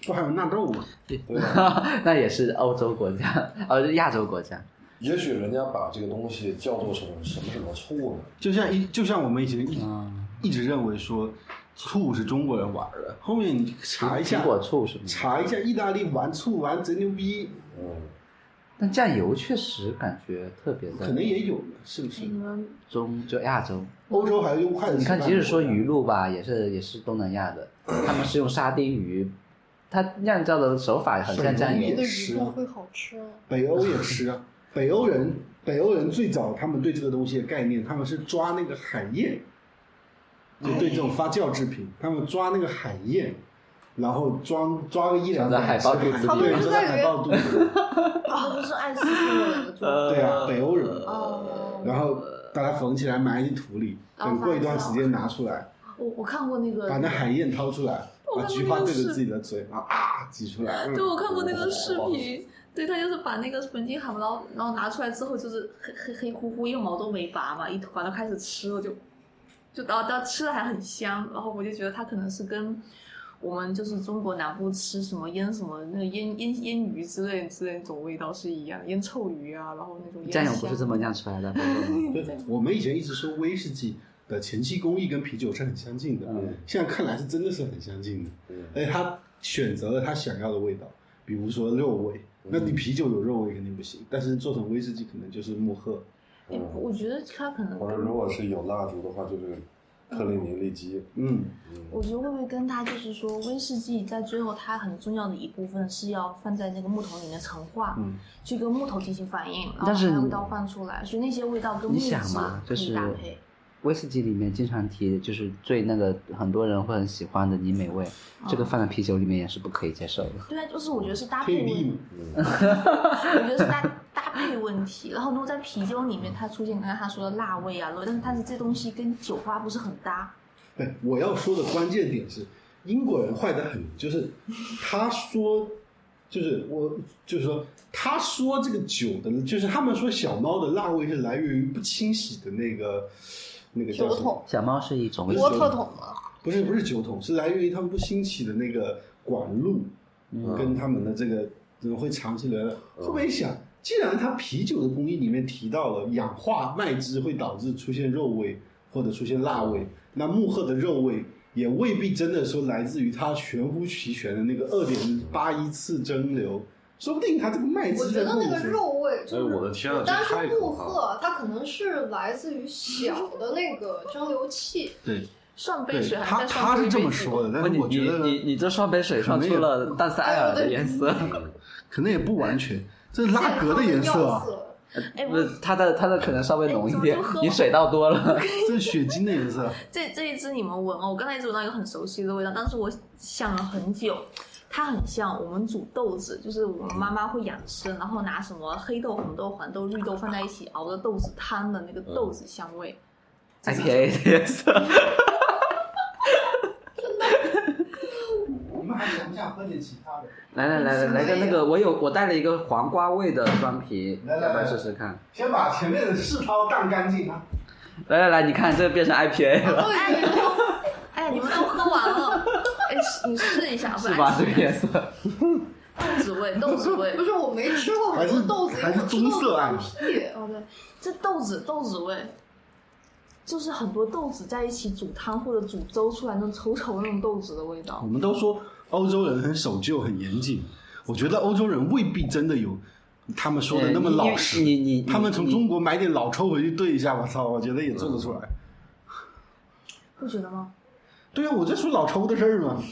[SPEAKER 5] 不还有纳豆吗？
[SPEAKER 2] 对吧、
[SPEAKER 3] 那也是欧洲国家， 呃、是亚洲国家。
[SPEAKER 2] 也许人家把这个东西叫做什么什么什么醋呢？
[SPEAKER 5] 就像一就像我们以前一
[SPEAKER 3] 嗯，
[SPEAKER 5] 一直认为说醋是中国人玩的，后面你查一下
[SPEAKER 3] 苹，果醋是吗？
[SPEAKER 5] 查一下意大利玩醋玩贼牛逼，
[SPEAKER 2] 嗯，
[SPEAKER 3] 但酱油确实感觉特别
[SPEAKER 5] 可能
[SPEAKER 3] 的
[SPEAKER 5] 也有呢，是
[SPEAKER 4] 哎
[SPEAKER 5] 不是？
[SPEAKER 3] 中，就亚洲。
[SPEAKER 5] 欧洲还用筷子
[SPEAKER 3] 你
[SPEAKER 5] 吃饭
[SPEAKER 3] 看，
[SPEAKER 5] 吗？
[SPEAKER 3] 即使说鱼露吧，也是也是东南亚 的，他们是用沙丁鱼，它酿造的手法很像酱
[SPEAKER 1] 我
[SPEAKER 3] 油
[SPEAKER 1] 的。
[SPEAKER 5] 是
[SPEAKER 1] 鱼
[SPEAKER 5] 啊
[SPEAKER 1] 露会好吃吗？
[SPEAKER 5] 北欧也吃啊，北欧人北欧人最早他们对这个东西的概念，他们是抓那个海燕，就对这种发酵制品，他们抓那个海燕。然后装抓个一两百
[SPEAKER 3] 装在海豹肚子里
[SPEAKER 5] 对，装在海豹肚子 里。
[SPEAKER 4] 啊
[SPEAKER 6] 那不是爱吃醋的人的醋。
[SPEAKER 5] 对
[SPEAKER 3] 呃
[SPEAKER 5] 啊，北欧人。
[SPEAKER 1] 哦，
[SPEAKER 5] 然后把它缝起来埋进土里，
[SPEAKER 4] 哦
[SPEAKER 5] 等过一段时间拿出来，
[SPEAKER 4] 我我看过那个，
[SPEAKER 5] 把那海燕掏出来，把菊花对着自己的嘴，然后啊挤出来。嗯
[SPEAKER 4] 对，我看过那个视频，对他就是把那个粉金蛤蟆，然后然后拿出来之后就是黑黑黑乎乎，一毛都没拔嘛，一团都开始吃了就，就然后然后吃的还很香，然后我就觉得它可能是跟我们就是中国南部吃什么腌什么那个腌腌腌鱼之类之类那种味道是一样的，腌臭鱼啊，然后那种腌
[SPEAKER 3] 酱油
[SPEAKER 4] 虾
[SPEAKER 3] 不是这么酿出来的，朋友们
[SPEAKER 5] 对，我们以前一直说威士忌的前期工艺跟啤酒是很相近的，
[SPEAKER 3] 嗯
[SPEAKER 5] 现在看来是真的是很相近的
[SPEAKER 2] 嗯，
[SPEAKER 5] 而且他选择了他想要的味道，比如说肉味。那你啤酒有肉味肯定不行，但是做成威士忌可能就是木喝，
[SPEAKER 4] 哎我觉得它可能
[SPEAKER 2] 或者
[SPEAKER 4] 跟
[SPEAKER 2] 如果是有蜡烛的话，就是克里尼利基，
[SPEAKER 5] 嗯，
[SPEAKER 4] 我觉得会不会跟他就是说，威士忌在最后它很重要的一部分是要放在那个木头里面陈化，
[SPEAKER 5] 嗯
[SPEAKER 4] 去跟木头进行反应，然后
[SPEAKER 3] 但是
[SPEAKER 4] 把
[SPEAKER 3] 你
[SPEAKER 4] 味道放出来，所以那些味道跟
[SPEAKER 3] 你
[SPEAKER 4] 木质
[SPEAKER 3] 想嘛，
[SPEAKER 4] 可
[SPEAKER 3] 就
[SPEAKER 4] 以
[SPEAKER 3] 是
[SPEAKER 4] 搭配。
[SPEAKER 3] 威士忌里面经常提，就是最那个很多人会很喜欢的泥美味，
[SPEAKER 5] 哦
[SPEAKER 3] 这个放在啤酒里面也是不可以接受的。
[SPEAKER 4] 对啊，就是我觉得是搭配
[SPEAKER 5] 天
[SPEAKER 4] 问
[SPEAKER 5] 意
[SPEAKER 4] 题，我觉得是搭 搭配问题。然后如果在啤酒里面它出现刚刚他说的辣味啊，但是但是这东西跟酒花不是很搭，
[SPEAKER 5] 对，我要说的关键点是，英国人坏得很，就是他说，就是我，就是说，他说这个酒的，就是他们说小猫的辣味是来源于不清洗的那个那个叫
[SPEAKER 1] 酒
[SPEAKER 5] 什么？
[SPEAKER 1] 桶、
[SPEAKER 3] 小猫是一种威士
[SPEAKER 1] 波
[SPEAKER 3] 忌，
[SPEAKER 1] 特桶嘛，
[SPEAKER 5] 不是不是酒桶，是来源于他们不清洗的那个管路，
[SPEAKER 1] 嗯
[SPEAKER 5] 跟他们的这个怎么会长期留在。后面一想，既然他啤酒的工艺里面提到了氧化麦汁会导致出现肉味或者出现辣味，那木鹤的肉味也未必真的说来自于它全乎其全的那个二点八一次蒸馏，说不定它这个麦
[SPEAKER 1] 我
[SPEAKER 5] 汁
[SPEAKER 1] 觉
[SPEAKER 5] 在
[SPEAKER 1] 得
[SPEAKER 5] 木
[SPEAKER 1] 那个
[SPEAKER 5] 质
[SPEAKER 1] 肉味就
[SPEAKER 2] 哎
[SPEAKER 1] 是，
[SPEAKER 2] 我的天啊
[SPEAKER 1] 当然
[SPEAKER 2] 这太
[SPEAKER 1] 是
[SPEAKER 2] 可
[SPEAKER 1] 木
[SPEAKER 2] 怕
[SPEAKER 1] 鹤，它可能是来自于小的那个蒸馏器，
[SPEAKER 5] 对
[SPEAKER 7] 涮杯
[SPEAKER 5] 对，
[SPEAKER 7] 水还
[SPEAKER 5] 他
[SPEAKER 7] 在
[SPEAKER 5] 他
[SPEAKER 7] 涮
[SPEAKER 5] 是这么
[SPEAKER 7] 杯水
[SPEAKER 5] 说的，
[SPEAKER 3] 不
[SPEAKER 5] 但
[SPEAKER 3] 哦你
[SPEAKER 5] 是我觉
[SPEAKER 3] 你
[SPEAKER 5] 得
[SPEAKER 3] 你你这双杯水上
[SPEAKER 5] 可能
[SPEAKER 3] 出
[SPEAKER 5] 也
[SPEAKER 3] 了淡
[SPEAKER 4] 哎
[SPEAKER 3] 塞埃尔的颜色，
[SPEAKER 5] 可能也不完全，这是拉格的颜色啊
[SPEAKER 1] 健康的药，色
[SPEAKER 4] 哎
[SPEAKER 3] 不是它的它的可能稍微浓一点
[SPEAKER 4] 哎怎么这么喝，
[SPEAKER 3] 你水倒多了。
[SPEAKER 5] 这是血精的颜色啊。
[SPEAKER 4] 这这一支你们闻哦，我刚才一直闻到一个很熟悉的味道，但是我想了很久，它很像我们煮豆子，就是我们妈妈会养生，然后拿什么黑豆、红豆、黄豆、绿豆放在一起熬的豆子汤的那个豆子香味。
[SPEAKER 3] IPA 的颜色，
[SPEAKER 5] 你们还想不想喝点其他的？
[SPEAKER 3] 来来来来来个那
[SPEAKER 4] 哎
[SPEAKER 3] 个，我有我带了一个黄瓜味的双皮，
[SPEAKER 5] 来来
[SPEAKER 3] 要不要
[SPEAKER 5] 来
[SPEAKER 3] 试试看？
[SPEAKER 5] 先把前面的世涛荡干净啊！
[SPEAKER 3] 来来来，你看这变成 IPA 了，
[SPEAKER 4] 哎，你们都，哎，你们都喝完了，哎，你试一下，不
[SPEAKER 3] 是
[SPEAKER 4] 然
[SPEAKER 3] 吧？这个颜色，
[SPEAKER 4] 豆子味，豆子味
[SPEAKER 1] 不，是我没吃过，
[SPEAKER 5] 还
[SPEAKER 1] 我
[SPEAKER 5] 是
[SPEAKER 1] 是豆子，
[SPEAKER 5] 还是
[SPEAKER 1] 因为我吃
[SPEAKER 5] 棕色啊
[SPEAKER 1] 豆子放屁。
[SPEAKER 4] 哦对，这豆子豆子味，就是很多豆子在一起煮汤或者煮粥出来那种稠稠的那种豆子的味道
[SPEAKER 5] 我。们都说欧洲人很守旧、很严谨，我觉得欧洲人未必真的有他们 说的那么老实。
[SPEAKER 3] 呃你你你
[SPEAKER 5] 他们从中国买点老抽回去兑一下，我操，我觉得也做得出来。
[SPEAKER 4] 不觉得吗？
[SPEAKER 5] 对啊呀、我在说老抽的事儿嘛，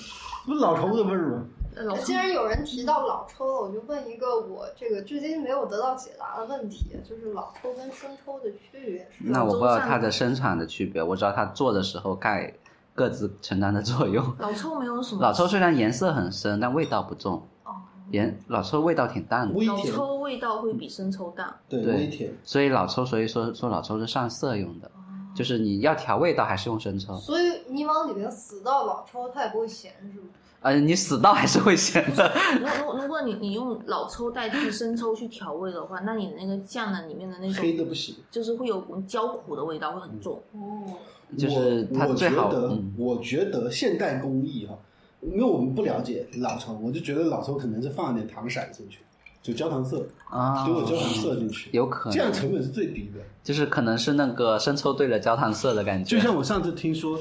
[SPEAKER 5] 不是老抽的味儿吗？
[SPEAKER 4] 呃老
[SPEAKER 1] 既然有人提到老抽了，我就问一个我这个至今没有得到解答的问题，就是老抽跟生抽的区别是
[SPEAKER 3] 那我不知道它的生产的区别，我知道它做的时候盖各自承担的作 用。
[SPEAKER 4] 老抽没有什么，
[SPEAKER 3] 老抽虽然颜色很深，但味道不重，
[SPEAKER 4] 哦，
[SPEAKER 3] 颜老抽味道挺淡的，
[SPEAKER 5] 微
[SPEAKER 4] 老
[SPEAKER 5] 甜，
[SPEAKER 4] 抽味道会比生抽 淡。
[SPEAKER 5] 对
[SPEAKER 3] 对
[SPEAKER 5] 微甜。
[SPEAKER 3] 所以老抽所以说说老抽是上色用的，就是你要调味道还是用生抽，
[SPEAKER 1] 所以你往里面死到老抽，它也不会咸，是吗？
[SPEAKER 3] 呃，你死到还是会咸的。
[SPEAKER 4] 如果如果你你用老抽代替生抽去调味的话，那你的那个酱呢里面的那
[SPEAKER 5] 黑的
[SPEAKER 4] 种
[SPEAKER 5] 不行，
[SPEAKER 4] 就是会有股焦苦的味道，会很重。
[SPEAKER 1] 哦，
[SPEAKER 3] 就是它
[SPEAKER 5] 我我
[SPEAKER 3] 最
[SPEAKER 5] 觉
[SPEAKER 3] 好
[SPEAKER 5] 得
[SPEAKER 3] 嗯，
[SPEAKER 5] 我觉得现代工艺哈、因为我们不了解老抽，我就觉得老抽可能是放了点糖色进去，就焦糖色，
[SPEAKER 3] 啊
[SPEAKER 5] 结，果焦糖色进去，
[SPEAKER 3] 有可
[SPEAKER 5] 这样
[SPEAKER 3] 能
[SPEAKER 5] 成本是最低的。
[SPEAKER 3] 就是可能是那个生抽兑了焦糖色的感觉，
[SPEAKER 5] 就像我上次听说，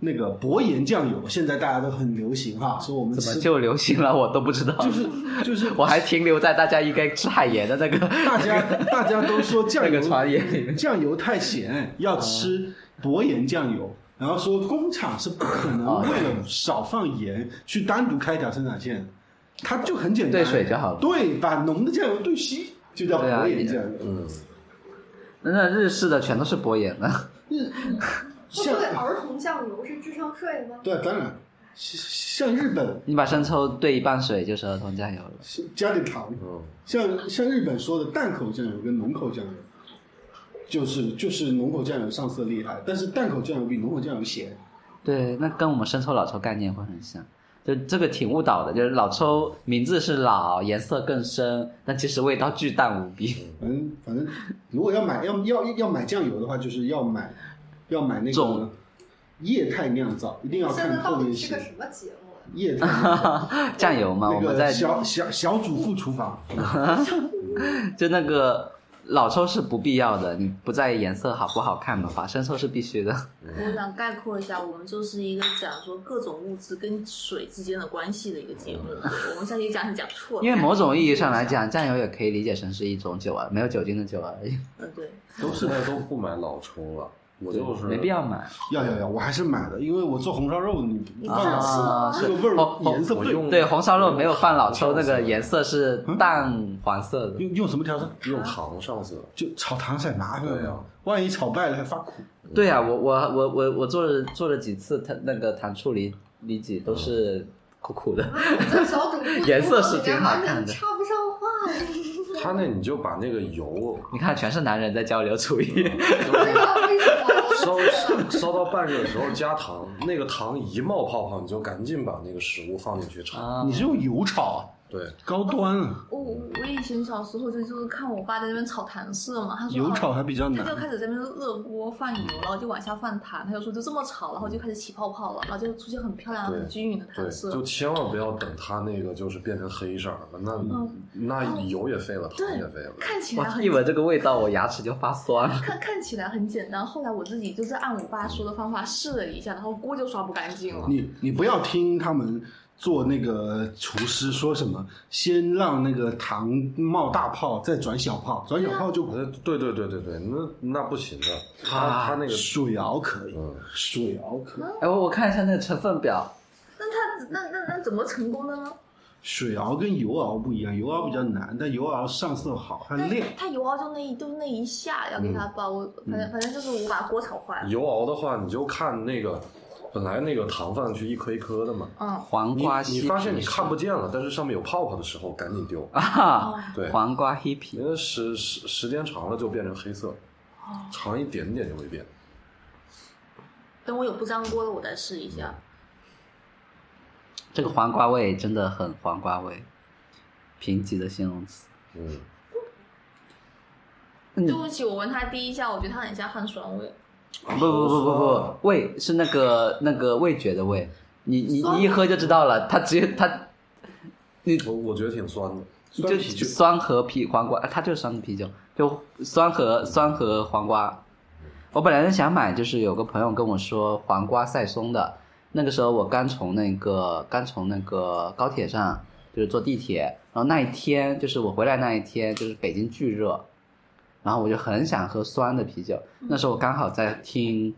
[SPEAKER 5] 那个薄盐酱油现在大家都很流行哈，说我们
[SPEAKER 3] 怎么
[SPEAKER 5] 吃
[SPEAKER 3] 就流行了，我都不知道。
[SPEAKER 5] 就是就是
[SPEAKER 3] 我还停留在大家应该吃海盐的那个
[SPEAKER 5] 大家大家都说
[SPEAKER 3] 那
[SPEAKER 5] 酱
[SPEAKER 3] 个
[SPEAKER 5] 油
[SPEAKER 3] 传言里面。啊
[SPEAKER 5] 酱油太咸，要吃薄盐酱油。然后说工厂是不可
[SPEAKER 3] 啊
[SPEAKER 5] 能为了少放盐去单独开一条生产线的，它就很简单，
[SPEAKER 3] 兑水就好了
[SPEAKER 5] 对，把浓的酱油兑稀就叫
[SPEAKER 3] 对啊
[SPEAKER 5] 薄盐
[SPEAKER 3] 也
[SPEAKER 5] 酱油。
[SPEAKER 2] 嗯，
[SPEAKER 3] 那日式的全都是薄盐的，
[SPEAKER 1] 那
[SPEAKER 5] 像
[SPEAKER 1] 对儿童酱油是智商税吗？
[SPEAKER 5] 对，当然像像日本
[SPEAKER 3] 你把生抽兑一半水就是儿童酱油了。
[SPEAKER 5] 加点糖，
[SPEAKER 2] 嗯，
[SPEAKER 5] 像像日本说的淡口酱油跟浓口酱油，就是就是浓口酱油上色厉害，但是淡口酱油比浓口酱油咸。
[SPEAKER 3] 对，那跟我们生抽老抽概念会很像，就这个挺误导的，就是老抽名字是老，颜色更深，但其实味道巨淡无比，
[SPEAKER 5] 反正反正，如果要买要要要买酱油的话，就是要买要买那
[SPEAKER 3] 重
[SPEAKER 5] 个液态酿造，一定要
[SPEAKER 1] 现
[SPEAKER 5] 看
[SPEAKER 1] 在到
[SPEAKER 5] 后面
[SPEAKER 1] 底是
[SPEAKER 5] 写
[SPEAKER 1] 个什么节目啊？
[SPEAKER 5] 液 态酿造
[SPEAKER 3] 酱油嘛，我
[SPEAKER 5] 那
[SPEAKER 3] 们
[SPEAKER 5] 个
[SPEAKER 3] 在
[SPEAKER 5] 小小小主妇厨房，
[SPEAKER 3] 就那个老抽是不必要的，你不在意颜色好不好看的话，生抽是必须的。
[SPEAKER 4] 我想概括一下，我们就是一个讲说各种物质跟水之间的关系的一个节目。我们上期讲是讲错了，
[SPEAKER 3] 因为某种意义上来讲，酱油也可以理解成是一种酒啊，没有酒精的酒而已。
[SPEAKER 4] 嗯对，
[SPEAKER 2] 都现在都不买老抽了，我就是
[SPEAKER 3] 没必要买
[SPEAKER 5] 要要要，我还是买的，因为我做红烧肉，你
[SPEAKER 6] 你
[SPEAKER 5] 放
[SPEAKER 6] 这样吃
[SPEAKER 5] 老
[SPEAKER 3] 啊，
[SPEAKER 5] 抽
[SPEAKER 3] 是
[SPEAKER 5] 这个味
[SPEAKER 3] 红
[SPEAKER 5] 儿
[SPEAKER 3] 红
[SPEAKER 5] 颜色不
[SPEAKER 2] 哦我
[SPEAKER 5] 对，
[SPEAKER 2] 用
[SPEAKER 3] 对红烧肉没有放老抽，那个
[SPEAKER 2] 盐
[SPEAKER 3] 颜色是
[SPEAKER 2] 嗯
[SPEAKER 3] 淡黄色的。
[SPEAKER 5] 用用什么调色？
[SPEAKER 2] 用糖上色，
[SPEAKER 5] 就炒糖色麻烦
[SPEAKER 2] 对啊
[SPEAKER 5] 呀
[SPEAKER 2] 呀，
[SPEAKER 5] 万一炒败了还发苦。
[SPEAKER 3] 对呀、我我我我我做了做了几次，它那个糖醋里里脊都是苦苦的。
[SPEAKER 1] 这小主播
[SPEAKER 3] 颜色是挺好看的
[SPEAKER 1] 完全插不上话。
[SPEAKER 2] 他那你就把那个 油
[SPEAKER 3] 你看，全是男人在交流厨艺。
[SPEAKER 1] 不知道为什 么
[SPEAKER 2] 烧烧到半热的时候加糖，那个糖一冒泡泡，你就赶紧把那个食物放进去炒。
[SPEAKER 3] 啊
[SPEAKER 5] 你是用油炒，啊，
[SPEAKER 2] 对，
[SPEAKER 5] 高端啊，
[SPEAKER 6] 我我以前小时候就就是看我爸在那边炒糖色嘛，他说
[SPEAKER 5] 油
[SPEAKER 6] 好
[SPEAKER 5] 炒还比较
[SPEAKER 6] 他就
[SPEAKER 5] 难。
[SPEAKER 6] 开始在那边热锅放油，然后就往下放糖，他就说就这么炒，然后就开始起泡泡了，然后就出现很漂亮、
[SPEAKER 2] 对
[SPEAKER 6] 很均匀的
[SPEAKER 2] 对
[SPEAKER 6] 糖，色。
[SPEAKER 2] 就千万不要等它那个就是变成黑色儿了，那、
[SPEAKER 3] 嗯哦
[SPEAKER 2] 那油也废了，糖也废了。
[SPEAKER 6] 看起来
[SPEAKER 3] 哇！
[SPEAKER 6] 很
[SPEAKER 3] 一闻这个味道，我牙齿就发酸了。
[SPEAKER 6] 看看起来很简单，后来我自己就是按我爸说的方法试了一下，然后锅就刷不干净了。
[SPEAKER 5] 你你不要听他们做那个厨师说什么，先让那个糖冒大泡，再转小泡，转小泡就
[SPEAKER 2] 呃，对对对对对，那那不行的，它、
[SPEAKER 3] 啊
[SPEAKER 2] 它那个
[SPEAKER 5] 水熬可以
[SPEAKER 2] 嗯，
[SPEAKER 5] 水熬可以，
[SPEAKER 3] 哎，我我看一下那个成分表，
[SPEAKER 6] 那他那那那怎么成功的呢？
[SPEAKER 5] 水熬跟油熬不一样，油熬比较难，但油熬上色好，它
[SPEAKER 6] 但
[SPEAKER 5] 亮。
[SPEAKER 6] 他油熬就那一就那一下要给他包，我反正反正就是我把锅炒坏了。
[SPEAKER 2] 油熬的话，你就看那个本来那个糖放进去一颗一颗的嘛，
[SPEAKER 6] 嗯，
[SPEAKER 3] 黄
[SPEAKER 2] 你
[SPEAKER 3] 瓜
[SPEAKER 2] 你
[SPEAKER 3] 西
[SPEAKER 2] 发现你
[SPEAKER 3] 皮
[SPEAKER 2] 看不见了，但是上面有泡泡的时候，赶紧丢。
[SPEAKER 6] 哎
[SPEAKER 3] 啊，
[SPEAKER 2] 对，
[SPEAKER 3] 黄瓜黑皮
[SPEAKER 2] 因为时时时间长了就变成黑色，长一点点就会变。
[SPEAKER 6] 等我有不粘锅了，我再试一下。
[SPEAKER 3] 这个黄瓜味真的很黄瓜味，贫瘠的形容词。
[SPEAKER 2] 嗯，
[SPEAKER 3] 嗯
[SPEAKER 6] 对，不起，我闻它第一下，我觉得它很像汗酸味。
[SPEAKER 3] 不不不不
[SPEAKER 2] 啊
[SPEAKER 3] 不不，味是那个那个味觉的味，你你
[SPEAKER 1] 酸
[SPEAKER 3] 你一喝就知道了，它直接它
[SPEAKER 2] 我我觉得挺酸的。
[SPEAKER 5] 酸
[SPEAKER 3] 就
[SPEAKER 5] 啤酒
[SPEAKER 3] 酸和啤黄瓜，啊它就是酸的啤酒，就酸和酸和黄瓜。呃我本来是想买，就是有个朋友跟我说黄瓜赛松的，那个时候我刚从那个刚从那个高铁上就是坐地铁，然后那一天就是我回来那一天就是北京巨热，然后我就很想喝酸的啤酒，
[SPEAKER 5] 嗯
[SPEAKER 3] 那时候我刚好在听。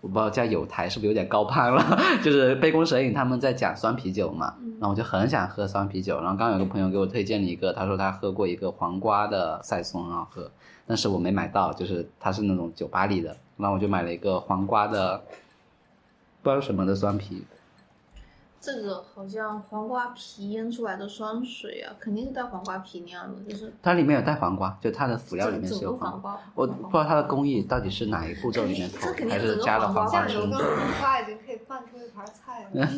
[SPEAKER 3] 我不知道叫有台是不是有点高攀了， 就是杯弓蛇影他们在讲酸啤酒嘛，然后我就很想喝酸啤酒，然后刚刚有个朋友给我推荐了一个，他说他喝过一个黄瓜的赛松很好喝，但是我没买到，就是它是那种酒吧里的，然后我就买了一个黄瓜的不知道什么的酸啤，
[SPEAKER 6] 这个好像黄瓜皮腌出来的酸水啊，肯定是带黄瓜皮那样的，就是
[SPEAKER 3] 它里面有带黄瓜，就它的辅料里
[SPEAKER 6] 整
[SPEAKER 3] 面
[SPEAKER 6] 整
[SPEAKER 3] 是
[SPEAKER 6] 个
[SPEAKER 3] 有
[SPEAKER 6] 黄
[SPEAKER 3] 黄瓜，
[SPEAKER 6] 瓜。
[SPEAKER 3] 我不知道它的工艺到底是哪一步骤里面投
[SPEAKER 6] 这肯，定
[SPEAKER 3] 还是
[SPEAKER 6] 整个
[SPEAKER 3] 加了
[SPEAKER 6] 黄瓜
[SPEAKER 3] 黄瓜
[SPEAKER 1] 酱
[SPEAKER 6] 酱
[SPEAKER 1] 油
[SPEAKER 3] 生
[SPEAKER 1] 跟
[SPEAKER 3] 的。
[SPEAKER 1] 黄瓜已经可以拌出一盘菜了。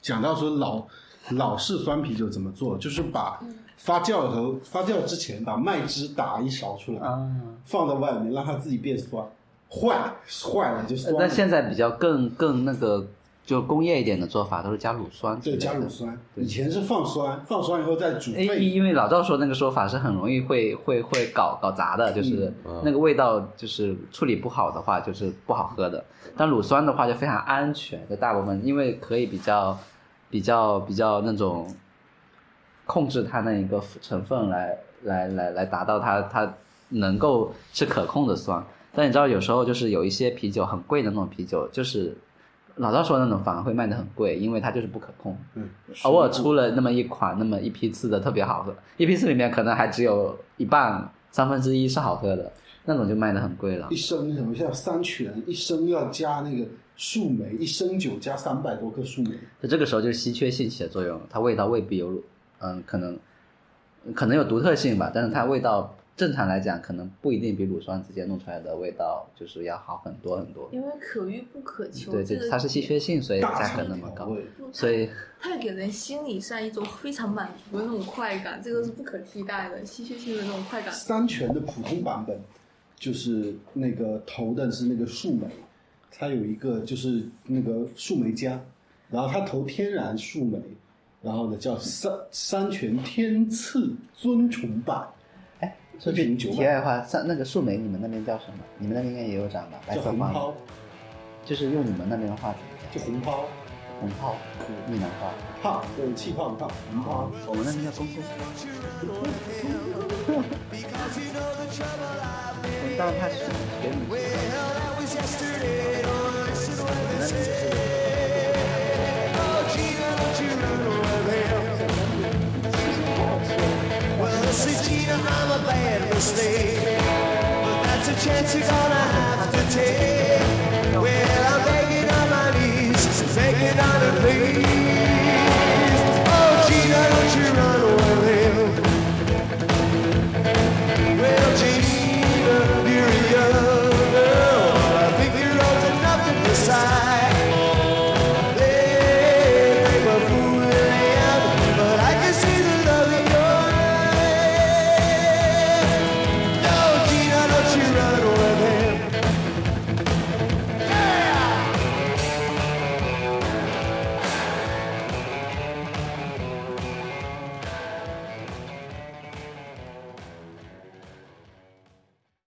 [SPEAKER 5] 讲到说老老式酸啤酒怎么做，就是把发酵的时候，发酵之前把麦汁打一勺出来，
[SPEAKER 3] 啊，
[SPEAKER 5] 放在外面让它自己变酸，坏坏了就酸了。
[SPEAKER 3] 呃那现在比较更更那个就工业一点的做法都是加乳酸之
[SPEAKER 5] 对
[SPEAKER 3] 类的，
[SPEAKER 5] 加乳酸，以前是放酸，放酸以后再煮
[SPEAKER 3] 因
[SPEAKER 5] 沸。
[SPEAKER 3] 因因为老赵说那个说法是很容易会会会搞搞砸的，就是
[SPEAKER 2] 嗯
[SPEAKER 3] 那个味道就是处理不好的话就是不好喝的。但乳酸的话就非常安全，就大部分因为可以比较比较比较那种控制它那一个成分来来来来达到它它能够是可控的酸。但你知道有时候就是有一些啤酒很贵的那种啤酒，就是老赵说的那种反而会卖的很贵，因为它就是不可控。
[SPEAKER 5] 嗯，
[SPEAKER 3] 偶尔出了那么一款，那么一批次的特别好喝，一批次里面可能还只有一半、三分之一是好喝的，那种就卖的很贵了
[SPEAKER 5] 一。升什么像三全，一升要加那个树莓，一升酒加三百多克树莓。
[SPEAKER 3] 就这个时候就是稀缺性起的作用，它味道未必有，嗯，可能可能有独特性吧，但是它味道正常来讲可能不一定比乳酸直接弄出来的味道就是要好很多很多。
[SPEAKER 6] 因为可遇不可求，
[SPEAKER 3] 对，
[SPEAKER 6] 这
[SPEAKER 3] 就
[SPEAKER 6] 个
[SPEAKER 3] 它是稀缺性，所以
[SPEAKER 5] 大
[SPEAKER 3] 价
[SPEAKER 5] 厂
[SPEAKER 3] 格哎那么
[SPEAKER 5] 调
[SPEAKER 3] 高，
[SPEAKER 5] 味，
[SPEAKER 3] 所以
[SPEAKER 6] 它给人心理上一种非常满足的那种快感，这个是不可替代的，稀缺性的那种快感。
[SPEAKER 5] 三全的普通版本就是那个头的是那个树莓，它有一个就是那个树莓浆，然后它投天然树莓，然后呢叫三三全天赐尊崇版，
[SPEAKER 3] 哎，
[SPEAKER 5] 这
[SPEAKER 3] 说
[SPEAKER 5] 瓶
[SPEAKER 3] 句
[SPEAKER 5] 酒吧
[SPEAKER 3] 题外话，像那个树莓，你们那边叫什么？你们那边应该也有长吧？白
[SPEAKER 5] 叫
[SPEAKER 3] 色
[SPEAKER 5] 红
[SPEAKER 3] 花吗，
[SPEAKER 5] 抛，
[SPEAKER 3] 就是用你们那边的话怎么讲？
[SPEAKER 5] 就红抛，
[SPEAKER 3] 红泡、玉兰花，
[SPEAKER 5] 胖，就是气泡的胖，嗯啊，
[SPEAKER 3] 我们那边叫公公。我到他是给你们
[SPEAKER 8] take. Well, I'm begging on my knees, begging on a plea.